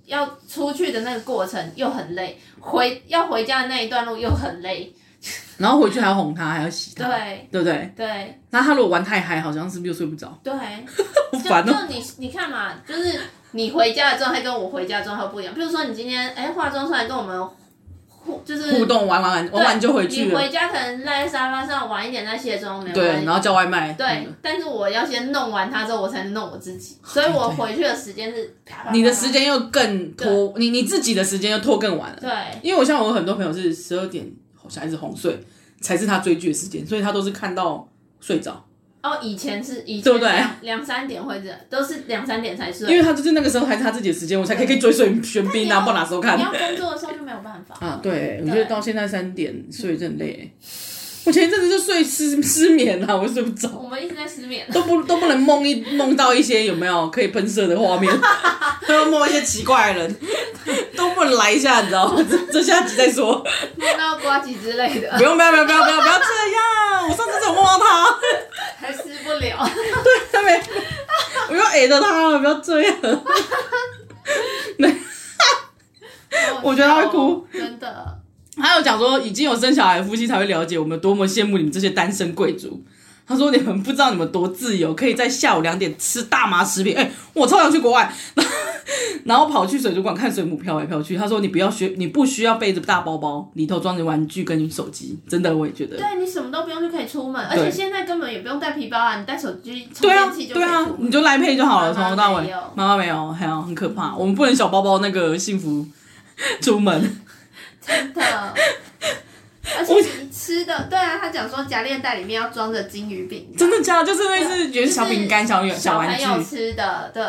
S2: 要出去的那个过程又很累，回要回家的那一段路又很累，
S1: 然后回去还要哄他，还要洗他，
S2: 对
S1: 对不对？
S2: 对
S1: 那他如果玩太嗨，好像是不是又睡不着？[laughs]
S2: 对，
S1: 好
S2: 就
S1: 烦哦。
S2: 就你你看嘛，就是你回家的状态跟我回家的状态不一样，比如说你今天哎化妆出来跟我们互就是
S1: 互动玩玩玩玩完就回去
S2: 嗯你
S1: 了，
S2: 回家可能赖在沙发上晚一点再卸妆，没有关
S1: 对，
S2: 系。
S1: 然后叫外卖。嗯
S2: 对，但是我要先弄完它之后，我才能弄我自己，所以我回去的时间是啪啪啪啪
S1: 你的时间又更拖，你你自己的时间又拖更晚了。
S2: 对
S1: 因为我像我有很多朋友是十二点小孩子哄睡才是他追剧的时间，所以他都是看到睡着，
S2: 哦，以前是以前
S1: 对不对
S2: 两两三点或者都是两三点才睡，
S1: 因为他就是那个时候还是他自己的时间，我才可以可以追水玄彬啊，不然哪时候看
S2: 你要工作的时候就没有办法。
S1: 啊？对，我
S2: 对
S1: 觉得到现在三点睡真的很累欸。我前一阵子就睡失失眠啊了、我睡不着，
S2: 我们一直在失眠， [laughs]
S1: 都不都不能梦一梦到一些有没有可以喷射的画 [laughs] 面，要梦一些奇怪的人，都不能来一下，你知道吗？这这下集再说。
S2: 梦到瓜吉之类的
S1: 不用，不要，不要，不要，不要，不要这样！我上次怎么梦到他？
S2: 还失不了。
S1: 他没，我又 A 到他了，不要这样。我觉得他会哭，
S2: 真的。
S1: 还有讲说，已经有生小孩的夫妻才会了解我们多么羡慕你们这些单身贵族。他说：“你们不知道你们多自由，可以在下午两点吃大麻食品。哎、我超想去国外，然后跑去水族馆看水母飘来飘去。他说：你不要学，你不需要背着大包包，里头装着玩具跟手机。真的，我也觉得。
S2: 对你什么都不用就可以出门，而且现在根本也不用带皮包啊，你带手机充
S1: 对啊
S2: 电器，就可
S1: 对
S2: 以
S1: 啊
S2: 出，
S1: 你
S2: 门。
S1: 就来配就好了，从
S2: 妈妈
S1: 头到尾
S2: 没有。
S1: 妈妈没有，还有很可怕，我们不能小包包那个幸福出门。[laughs]
S2: 真的。而且你吃的，对啊，他讲说夹链袋里面要装着金鱼饼，
S1: 真的假的？就是类似觉
S2: 就
S1: 得
S2: 是
S1: 小饼干、小小玩
S2: 朋友
S1: 具。
S2: 吃的，对，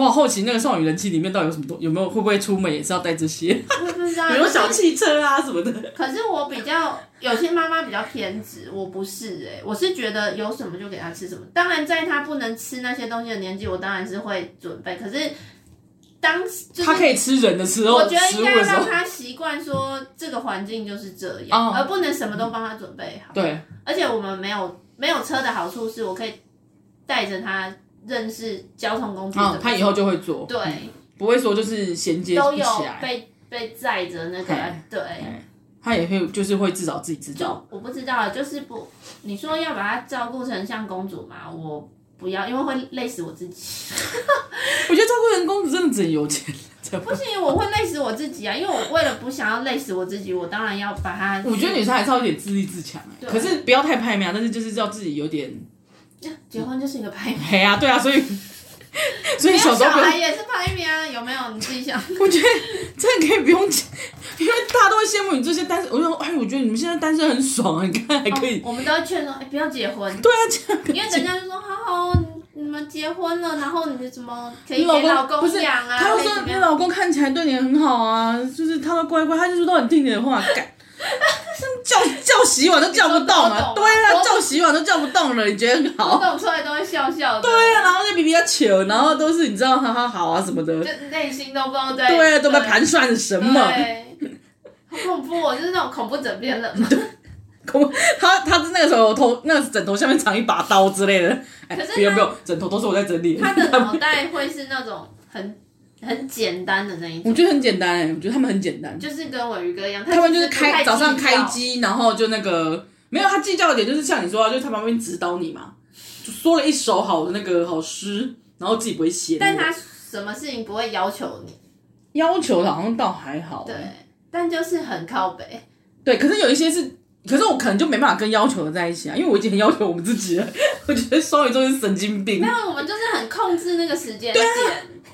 S1: 哇，后期那个少女人气里面到底有什么东？有没有会不会出门也是要带这些？
S2: 我也不知道。
S1: 有没有小
S2: 可是
S1: 汽车啊什么的？
S2: 可是我比较有些妈妈比较偏执，我不是哎、我是觉得有什么就给他吃什么。当然，在他不能吃那些东西的年纪，我当然是会准备。可是当就是
S1: 他可以吃人的时候，
S2: 我觉得
S1: 食
S2: 应
S1: 物
S2: 该
S1: 的时
S2: 让
S1: 候，
S2: 他习惯说这个环境就是这样，
S1: 哦
S2: 而不能什么都帮他准备好。
S1: 对，
S2: 而且我们没有没有车的好处是我可以带着他认识交通工具怎么
S1: 嗯
S2: 走，，
S1: 他以后就会做，
S2: 对
S1: 不会说就是衔接
S2: 都
S1: 不
S2: 有
S1: 起来。
S2: 被被载着那个
S1: 嘿
S2: 对。
S1: 他也会就是会至少自己知
S2: 就
S1: 道，
S2: 我不知道，啊就是不，你说要把它照顾成像公主嘛，我不要，因为会累死我自己。 [laughs]
S1: 我觉得照顾人公主真的只能有钱才会
S2: 不行，我会累死我自己啊，因为我为了不想要累死我自己，我当然要把它。
S1: 我觉得女生还是要有点自立自强、欸，
S2: 对
S1: 可是不要太拍面啊，但是就是要自己有点
S2: 结婚就是一个排名，
S1: 黑啊，对啊，所以所以 [laughs]
S2: 没
S1: 小
S2: 有
S1: 时候
S2: 小
S1: 不用
S2: 孩，也是排名啊，有没有？你自己
S1: [laughs]
S2: 想。
S1: 我觉得真的可以不用讲，因为大家都会羡慕你这些单身，我就说哎，我觉得你们现在单身很爽啊，你看还可以，
S2: 我们都会劝说，哎、不要结
S1: [laughs]
S2: 婚，
S1: 对啊，这样
S2: 因为人家就说，好好，你们结婚了，然后你怎么可以
S1: 你老
S2: 给
S1: 公
S2: 老
S1: 不
S2: 公
S1: 是
S2: 养
S1: [laughs]
S2: 啊？
S1: 他又
S2: 可以
S1: 说
S2: 怎么
S1: 你
S2: 样
S1: 老公看起来对你很好啊，就是他都乖乖，他就是都很听你的话，
S2: [laughs]
S1: 干。叫叫洗碗都叫不动
S2: 你说
S1: 啊！
S2: 多懂
S1: 对啊，
S2: 多
S1: 叫洗碗都叫不动了，你觉得很好啊
S2: 我？跟我出来都会笑笑的，
S1: 对啊，然后就比比较糗，然后都是你知道，哈哈好啊什么的，
S2: 就内心都不知道在
S1: 对，啊都在盘算着什么。
S2: 对，好恐怖、哦，就是那种恐怖枕边
S1: [laughs]
S2: 人嘛。
S1: 恐他他那个时候头那个枕头下面藏一把刀之类的，哎
S2: 可是，他
S1: 不用不用，枕头都是我在整理。
S2: 他的脑袋会是那种很很简单的那一
S1: [laughs] 我
S2: 种，
S1: 觉得很简单哎、我觉得他们很简单，
S2: 就是跟尾鱼哥一样，
S1: 他们就是
S2: 其实不太
S1: 开早上
S2: 计
S1: 开
S2: 较，
S1: 机，然后就那个没有他计较的点就是像你说的，就是他旁边指导你嘛，就说了一首好的那个好诗，然后自己不会写那
S2: 但
S1: 个。
S2: 他什么事情不会要求你，
S1: 要求的好像倒还好，
S2: 对，但就是很靠北。
S1: 对，可是有一些是可是我可能就没办法跟要求的在一起啊，因为我已经很要求我们自己了。 [laughs] 我觉得双鱼座是神经病
S2: 没，有，我们就是很控制那个时间点。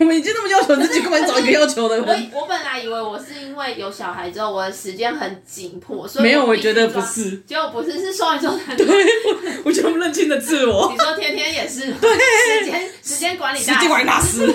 S1: 我们已经那么要求自己，干嘛找一个要求的人？
S2: 我我本来以为我是因为有小孩之后，我的时间很紧迫，所以
S1: 没有，
S2: 我
S1: 我
S2: 必须
S1: 觉得不
S2: 抓。
S1: 是，
S2: 结果不是，是双鱼座男。
S1: 我觉得我们认清了自我
S2: 你，说天天也是，对，时间时间管理
S1: 时
S2: 大师，
S1: 间管理大师。我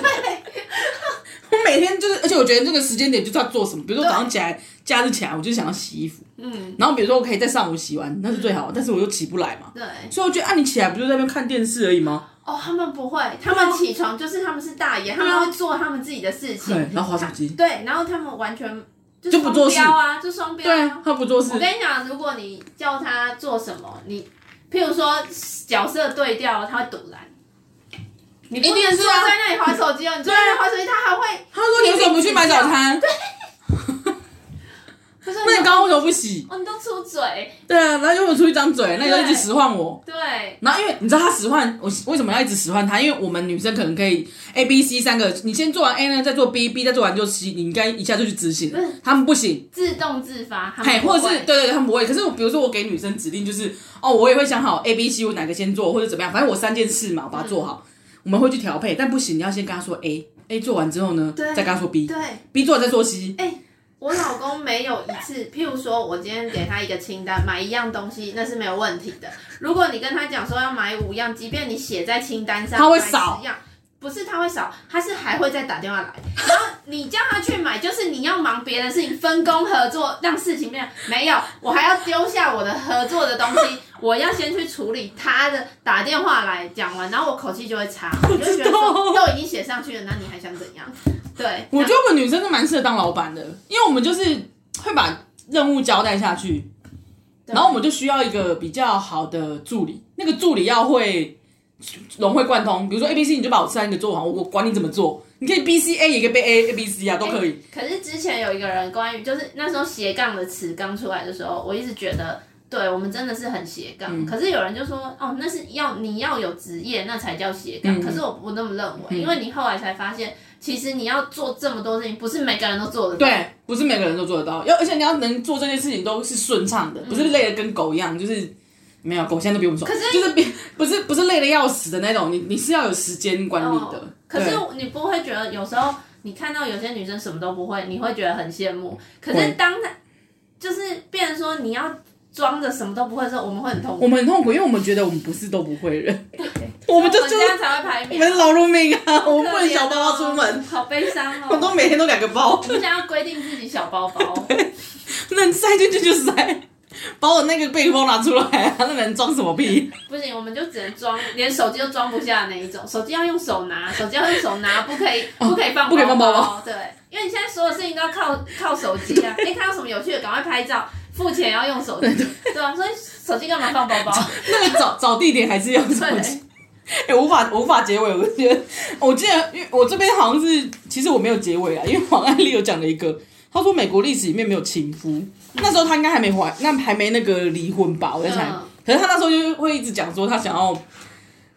S1: 每天就是， [laughs] 而且我觉得这个时间点就是要做什么，比如说
S2: 对
S1: 早上起来，假日起来，我就想要洗衣服，
S2: 嗯，
S1: 然后比如说我可以在上午洗完，那是最好的，但是我又起不来嘛，
S2: 对。
S1: 所以我觉得，啊，你起来不就在那边看电视而已吗？
S2: 哦，他们不会，他们起床就是他们是大爷，他
S1: 对啊
S2: 们会做他们自己的事
S1: 对
S2: 情，，
S1: 然后滑手机，
S2: 对，然后他们完全就
S1: 就不做事
S2: 双标啊，就双标
S1: 对
S2: 啊
S1: 啊，。他不做事
S2: 我，跟你讲，如果你叫他做什么，你譬如说角色对调，他会堵拦。你不
S1: 一定
S2: 能
S1: 是
S2: 坐
S1: 啊
S2: 在那里划手机哦，你坐在那里划手机，他还会
S1: 他说你为什么不去买早餐？
S2: 啊不是
S1: 那你刚刚为什么不洗？
S2: 哦，你都出嘴，
S1: 对啊，然后又我出一张嘴，那你就一直使唤我。
S2: 对
S1: 然后因为你知道他使唤我为什么要一直使唤他？因为我们女生可能可以 A、B、C 三个，你先做完 A 呢，再做 B，B 再做完就 C，你应该一下就去执行
S2: 嗯。
S1: 他们不行，
S2: 自动自发，他
S1: 嘿，
S2: 们不
S1: 或者是
S2: 会
S1: 对对对，他们不会。可是我比如说我给女生指令就是，哦，我也会想好 A、B、C 我哪个先做或者怎么样，反正我三件事嘛，我把它做好。
S2: 嗯
S1: 我们会去调配，但不行，你要先跟他说 A，A 做完之后呢，
S2: 对
S1: 再跟他说 B，B
S2: 对。
S1: 做完再说 C。
S2: 哎我老公没有一次，譬如说，我今天给他一个清单，买一样东西，那是没有问题的。如果你跟他讲说要买五样，即便你写在清单上，
S1: 他会
S2: 买十
S1: 少
S2: 样，不是他会少，他是还会再打电话来。然后你叫他去买，就是你要忙别的事情，分工合作，让事情变没有，我还要丢下我的合作的东西，我要先去处理他的打电话来讲完，然后我口气就会差，我就觉
S1: [laughs]
S2: 得说都已经写上去了，那你还想怎样？对，
S1: 我觉得我们女生是蛮适合当老板的，因为我们就是会把任务交代下去，
S2: 对
S1: 然后我们就需要一个比较好的助理，那个助理要会融会贯通。比如说 A、B、C，你就把我三个做完，我我管你怎么做，你可以 B、C、A，也可以被 A、A、B、C 啊，都可以。
S2: 哎可是之前有一个人关于就是那时候斜杠的词刚出来的时候，我一直觉得，对我们真的是很斜杠。
S1: 嗯
S2: 可是有人就说，哦，那是要你要有职业，那才叫斜杠。
S1: 嗯
S2: 可是我不那么认为，因为你后来才发现，其实你要做这么多事情，不是每个人都做得到。
S1: 对，不是每个人都做得到，要而且你要能做这件事情都是顺畅的，不是累的跟狗一样，就是没有狗现在都比我们爽，
S2: 嗯可是
S1: 就是 [laughs] 比不是不是累的要死的那种，你你是要有时间管理的。
S2: 哦可是
S1: 对
S2: 你不会觉得有时候你看到有些女生什么都不会，你会觉得很羡慕。可是
S1: 会
S2: 当她就是变成说你要装着什么都不会的时候，我们会很痛
S1: 我
S2: 苦。
S1: 们很痛苦，因为我们觉得我们不是都不会人， [laughs] 我们就
S2: 所
S1: 就
S2: 以我这样
S1: 是
S2: 才会排
S1: 我
S2: 名。
S1: 们劳碌命啊，我
S2: 我
S1: 们不能小包包出门，，
S2: 哦好悲伤哦。
S1: 我都每天都两个包，
S2: 不想要规定自己小包
S1: [laughs]
S2: 包，
S1: 能塞进去就塞，把我那个背包拿出来啊，那能装什么屁？
S2: 不行，我们就只能装，连手机都装不下的那一种。手机要用手拿，手机要用手拿，不可以不可以放
S1: 哦不可以放包
S2: 包。对，因为你现在所有事情都要靠靠手机啊。哎，看到什么有趣的，赶快拍照。付钱也要用手机，对啊，所以手机干嘛放包包？
S1: 那个找找地点还是要手
S2: 哦对，
S1: 机。哎、无法无法结尾，我觉得，我记得，因为我这边好像是，其实我没有结尾啊，因为黄安丽有讲了一个，他说美国历史里面没有情夫，那时候他应该还没怀，那还没那个离婚吧，我在想，
S2: 嗯
S1: 可是他那时候就会一直讲说他想要，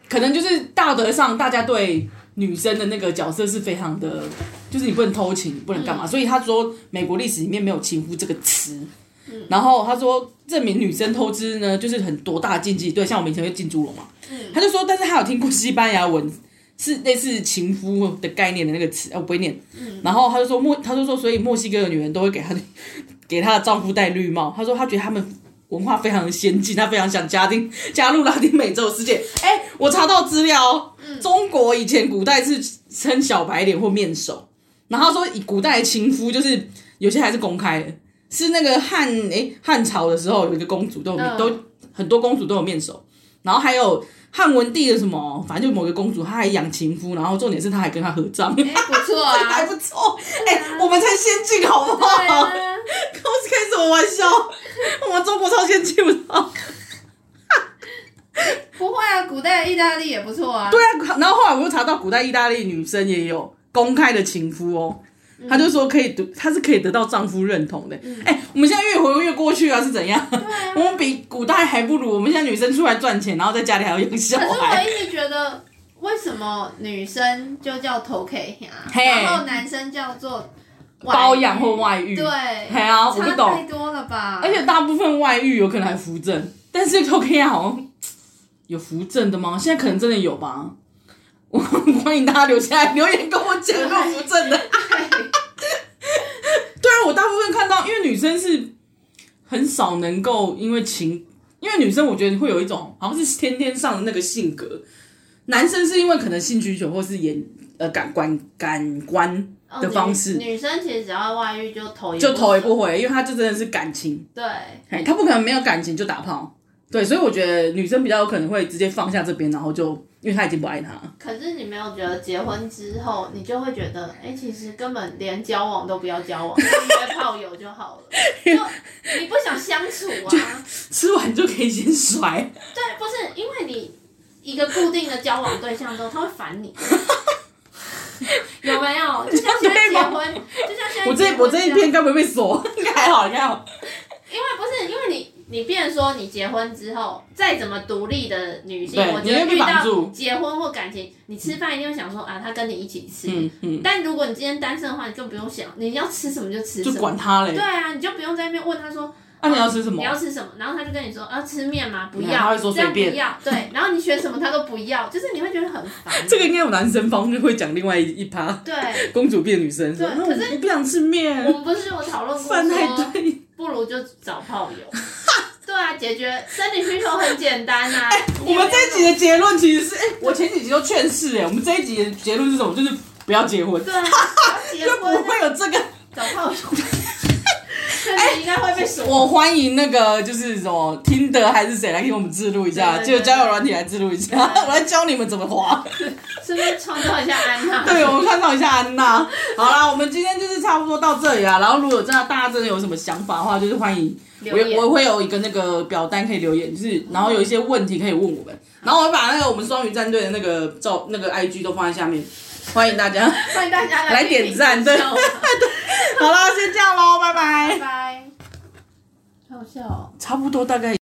S1: 可能就是道德上大家对女生的那个角色是非常的，就是你不能偷情，你不能干嘛，所以他说美国历史里面没有情夫这个词，然后他说证明女生偷吃呢就是很多大禁忌，对，像我们以前会进猪笼嘛。他就说，但是他有听过西班牙文是类似情夫的概念的那个词，啊，我不会念。然后他就说墨，他就说，所以墨西哥的女人都会给她 [laughs] 给她的丈夫戴绿帽。他说他觉得他们文化非常的先进，他非常想加进加入拉丁美洲世界。哎、我查到资料哦，中国以前古代是称小白脸或面首，然后他说以古代的情夫就是有些还是公开的。是那个汉哎汉朝的时候有一个公主都有、面
S2: 嗯
S1: 都很多公主都有面首，然后还有汉文帝的什么，反正就某个公主，她还养情夫，然后重点是她还跟他合葬， [laughs]
S2: 哎，不错啊，
S1: 还不错。哎、我们才先进好不好？
S2: 对啊，
S1: 开开什么玩笑？我们中国超先进，不知道。
S2: 不会啊，古代的意大利也不错啊，
S1: 对啊，然后后来我又查到，古代意大利女生也有公开的情夫哦。
S2: 嗯
S1: 她就说可以得，她是可以得到丈夫认同的。哎、我们现在越活越过去啊，是怎样？我们比古代还不如。我们现在女生出来赚钱，然后在家里还要养小
S2: 可是我
S1: 孩。
S2: 一直觉得，为什么女生就叫头啊 K 呀，
S1: 嘿
S2: 然后男生叫做外遇
S1: 包养或外遇
S2: 对，
S1: 嘿啊我不懂
S2: 差太多了吧？
S1: 而且大部分外遇有可能还扶正，但是 cocaine 好像有扶正的吗？现在可能真的有吧。我欢迎大家留下来留言跟我讲有没有扶正的。对啊，我大部分看到，因为女生是很少能够因为情，因为女生我觉得会有一种好像是天天上的那个性格，男生是因为可能性需求或是眼呃感官感官
S2: 哦
S1: 的方式
S2: 女女生其实只要外遇就头也
S1: 就头也不
S2: 回。
S1: 回，因为他就真的是感情。
S2: 对，
S1: 哎，他不可能没有感情就打炮。对，所以我觉得女生比较有可能会直接放下这边，然后就因为他已经不爱他了。 [laughs]
S2: 可是你没有觉得结婚之后，你就会觉得，哎、其实根本连交往都不要交往，约炮友就好了。就你不想相处
S1: [laughs]
S2: 啊？
S1: 吃完就可以先甩。
S2: 对，不是因为你一个固定的交往对象之后，他会烦
S1: [laughs]
S2: 你。有没有？就像现在
S1: 对
S2: 结
S1: 吗 [laughs]
S2: 婚，就像现在
S1: 我
S2: 结
S1: 这
S2: 婚
S1: 我这一
S2: 样
S1: 篇该不会被锁？ [laughs] 应该还好，应该还好。
S2: 因为不是因为你，你变成说你结婚之后，再怎么独立的女性，
S1: 对
S2: 我觉得
S1: 你会被
S2: 遇
S1: 绑
S2: 到
S1: 住
S2: 结婚或感情，你吃饭一定会想说啊，他跟你一起吃。
S1: 嗯嗯，
S2: 但如果你今天单身的话，你更不用想，你要吃什么就吃
S1: [laughs]
S2: 什
S1: 就
S2: 么。
S1: 管他嘞
S2: 对。啊，你就不用在那边问他说
S1: 那、你要吃什么
S2: 你？要吃什么，然后他就跟你说啊吃面吗？不
S1: 嗯
S2: 要，
S1: 他会说
S2: 这样
S1: 随便
S2: 不要。对，然后你选什么他都不要，就是你会觉得很烦。
S1: 这个应该有男生方就会讲另外一一趴，
S2: 对，
S1: 公主变女生说，
S2: 对
S1: 那
S2: 可
S1: 我
S2: 是
S1: 我不想吃面
S2: 我，们不是有讨论过
S1: 饭
S2: 说
S1: 太对。
S2: 不如就找炮友。
S1: [laughs]
S2: 对啊，解决生理需求很简单呐、啊。
S1: 哎我们这一集的结论其实是，哎、我前几集都劝世哎、我们这一集的结论是什么？就是不要结婚，
S2: 对啊，要结
S1: [laughs] 就
S2: 婚
S1: 不
S2: 啊
S1: 会有哎这个。
S2: 找炮友，
S1: [laughs]
S2: 这你应该会被锁。
S1: 我欢迎那个就是什么听的还是谁来给我们记录一下，
S2: 对对
S1: 就
S2: 对
S1: 交友软体来记录一下，[laughs]
S2: 对
S1: 我来教你们怎么滑。
S2: 顺便创造一下安娜。
S1: 对，我们看到一下安 [laughs] 娜。好啦，我们今天就是差不多到这里啊啦。然后如果真的大家真的有什么想法的话，就是欢迎
S2: 留言
S1: 我我会有一个那个表单可以留言，就是然后有一些问题可以问我们，然后我会把那个我们双鱼战队的那个照那个 IG 都放在下面，欢迎大家。
S2: 欢迎大家
S1: [laughs] 来
S2: 批评
S1: 点赞对 [laughs]
S2: 指教啊
S1: 好啦，先这样喽，拜
S2: 拜
S1: 拜。
S2: 拜。好笑哦。
S1: 差不多大概。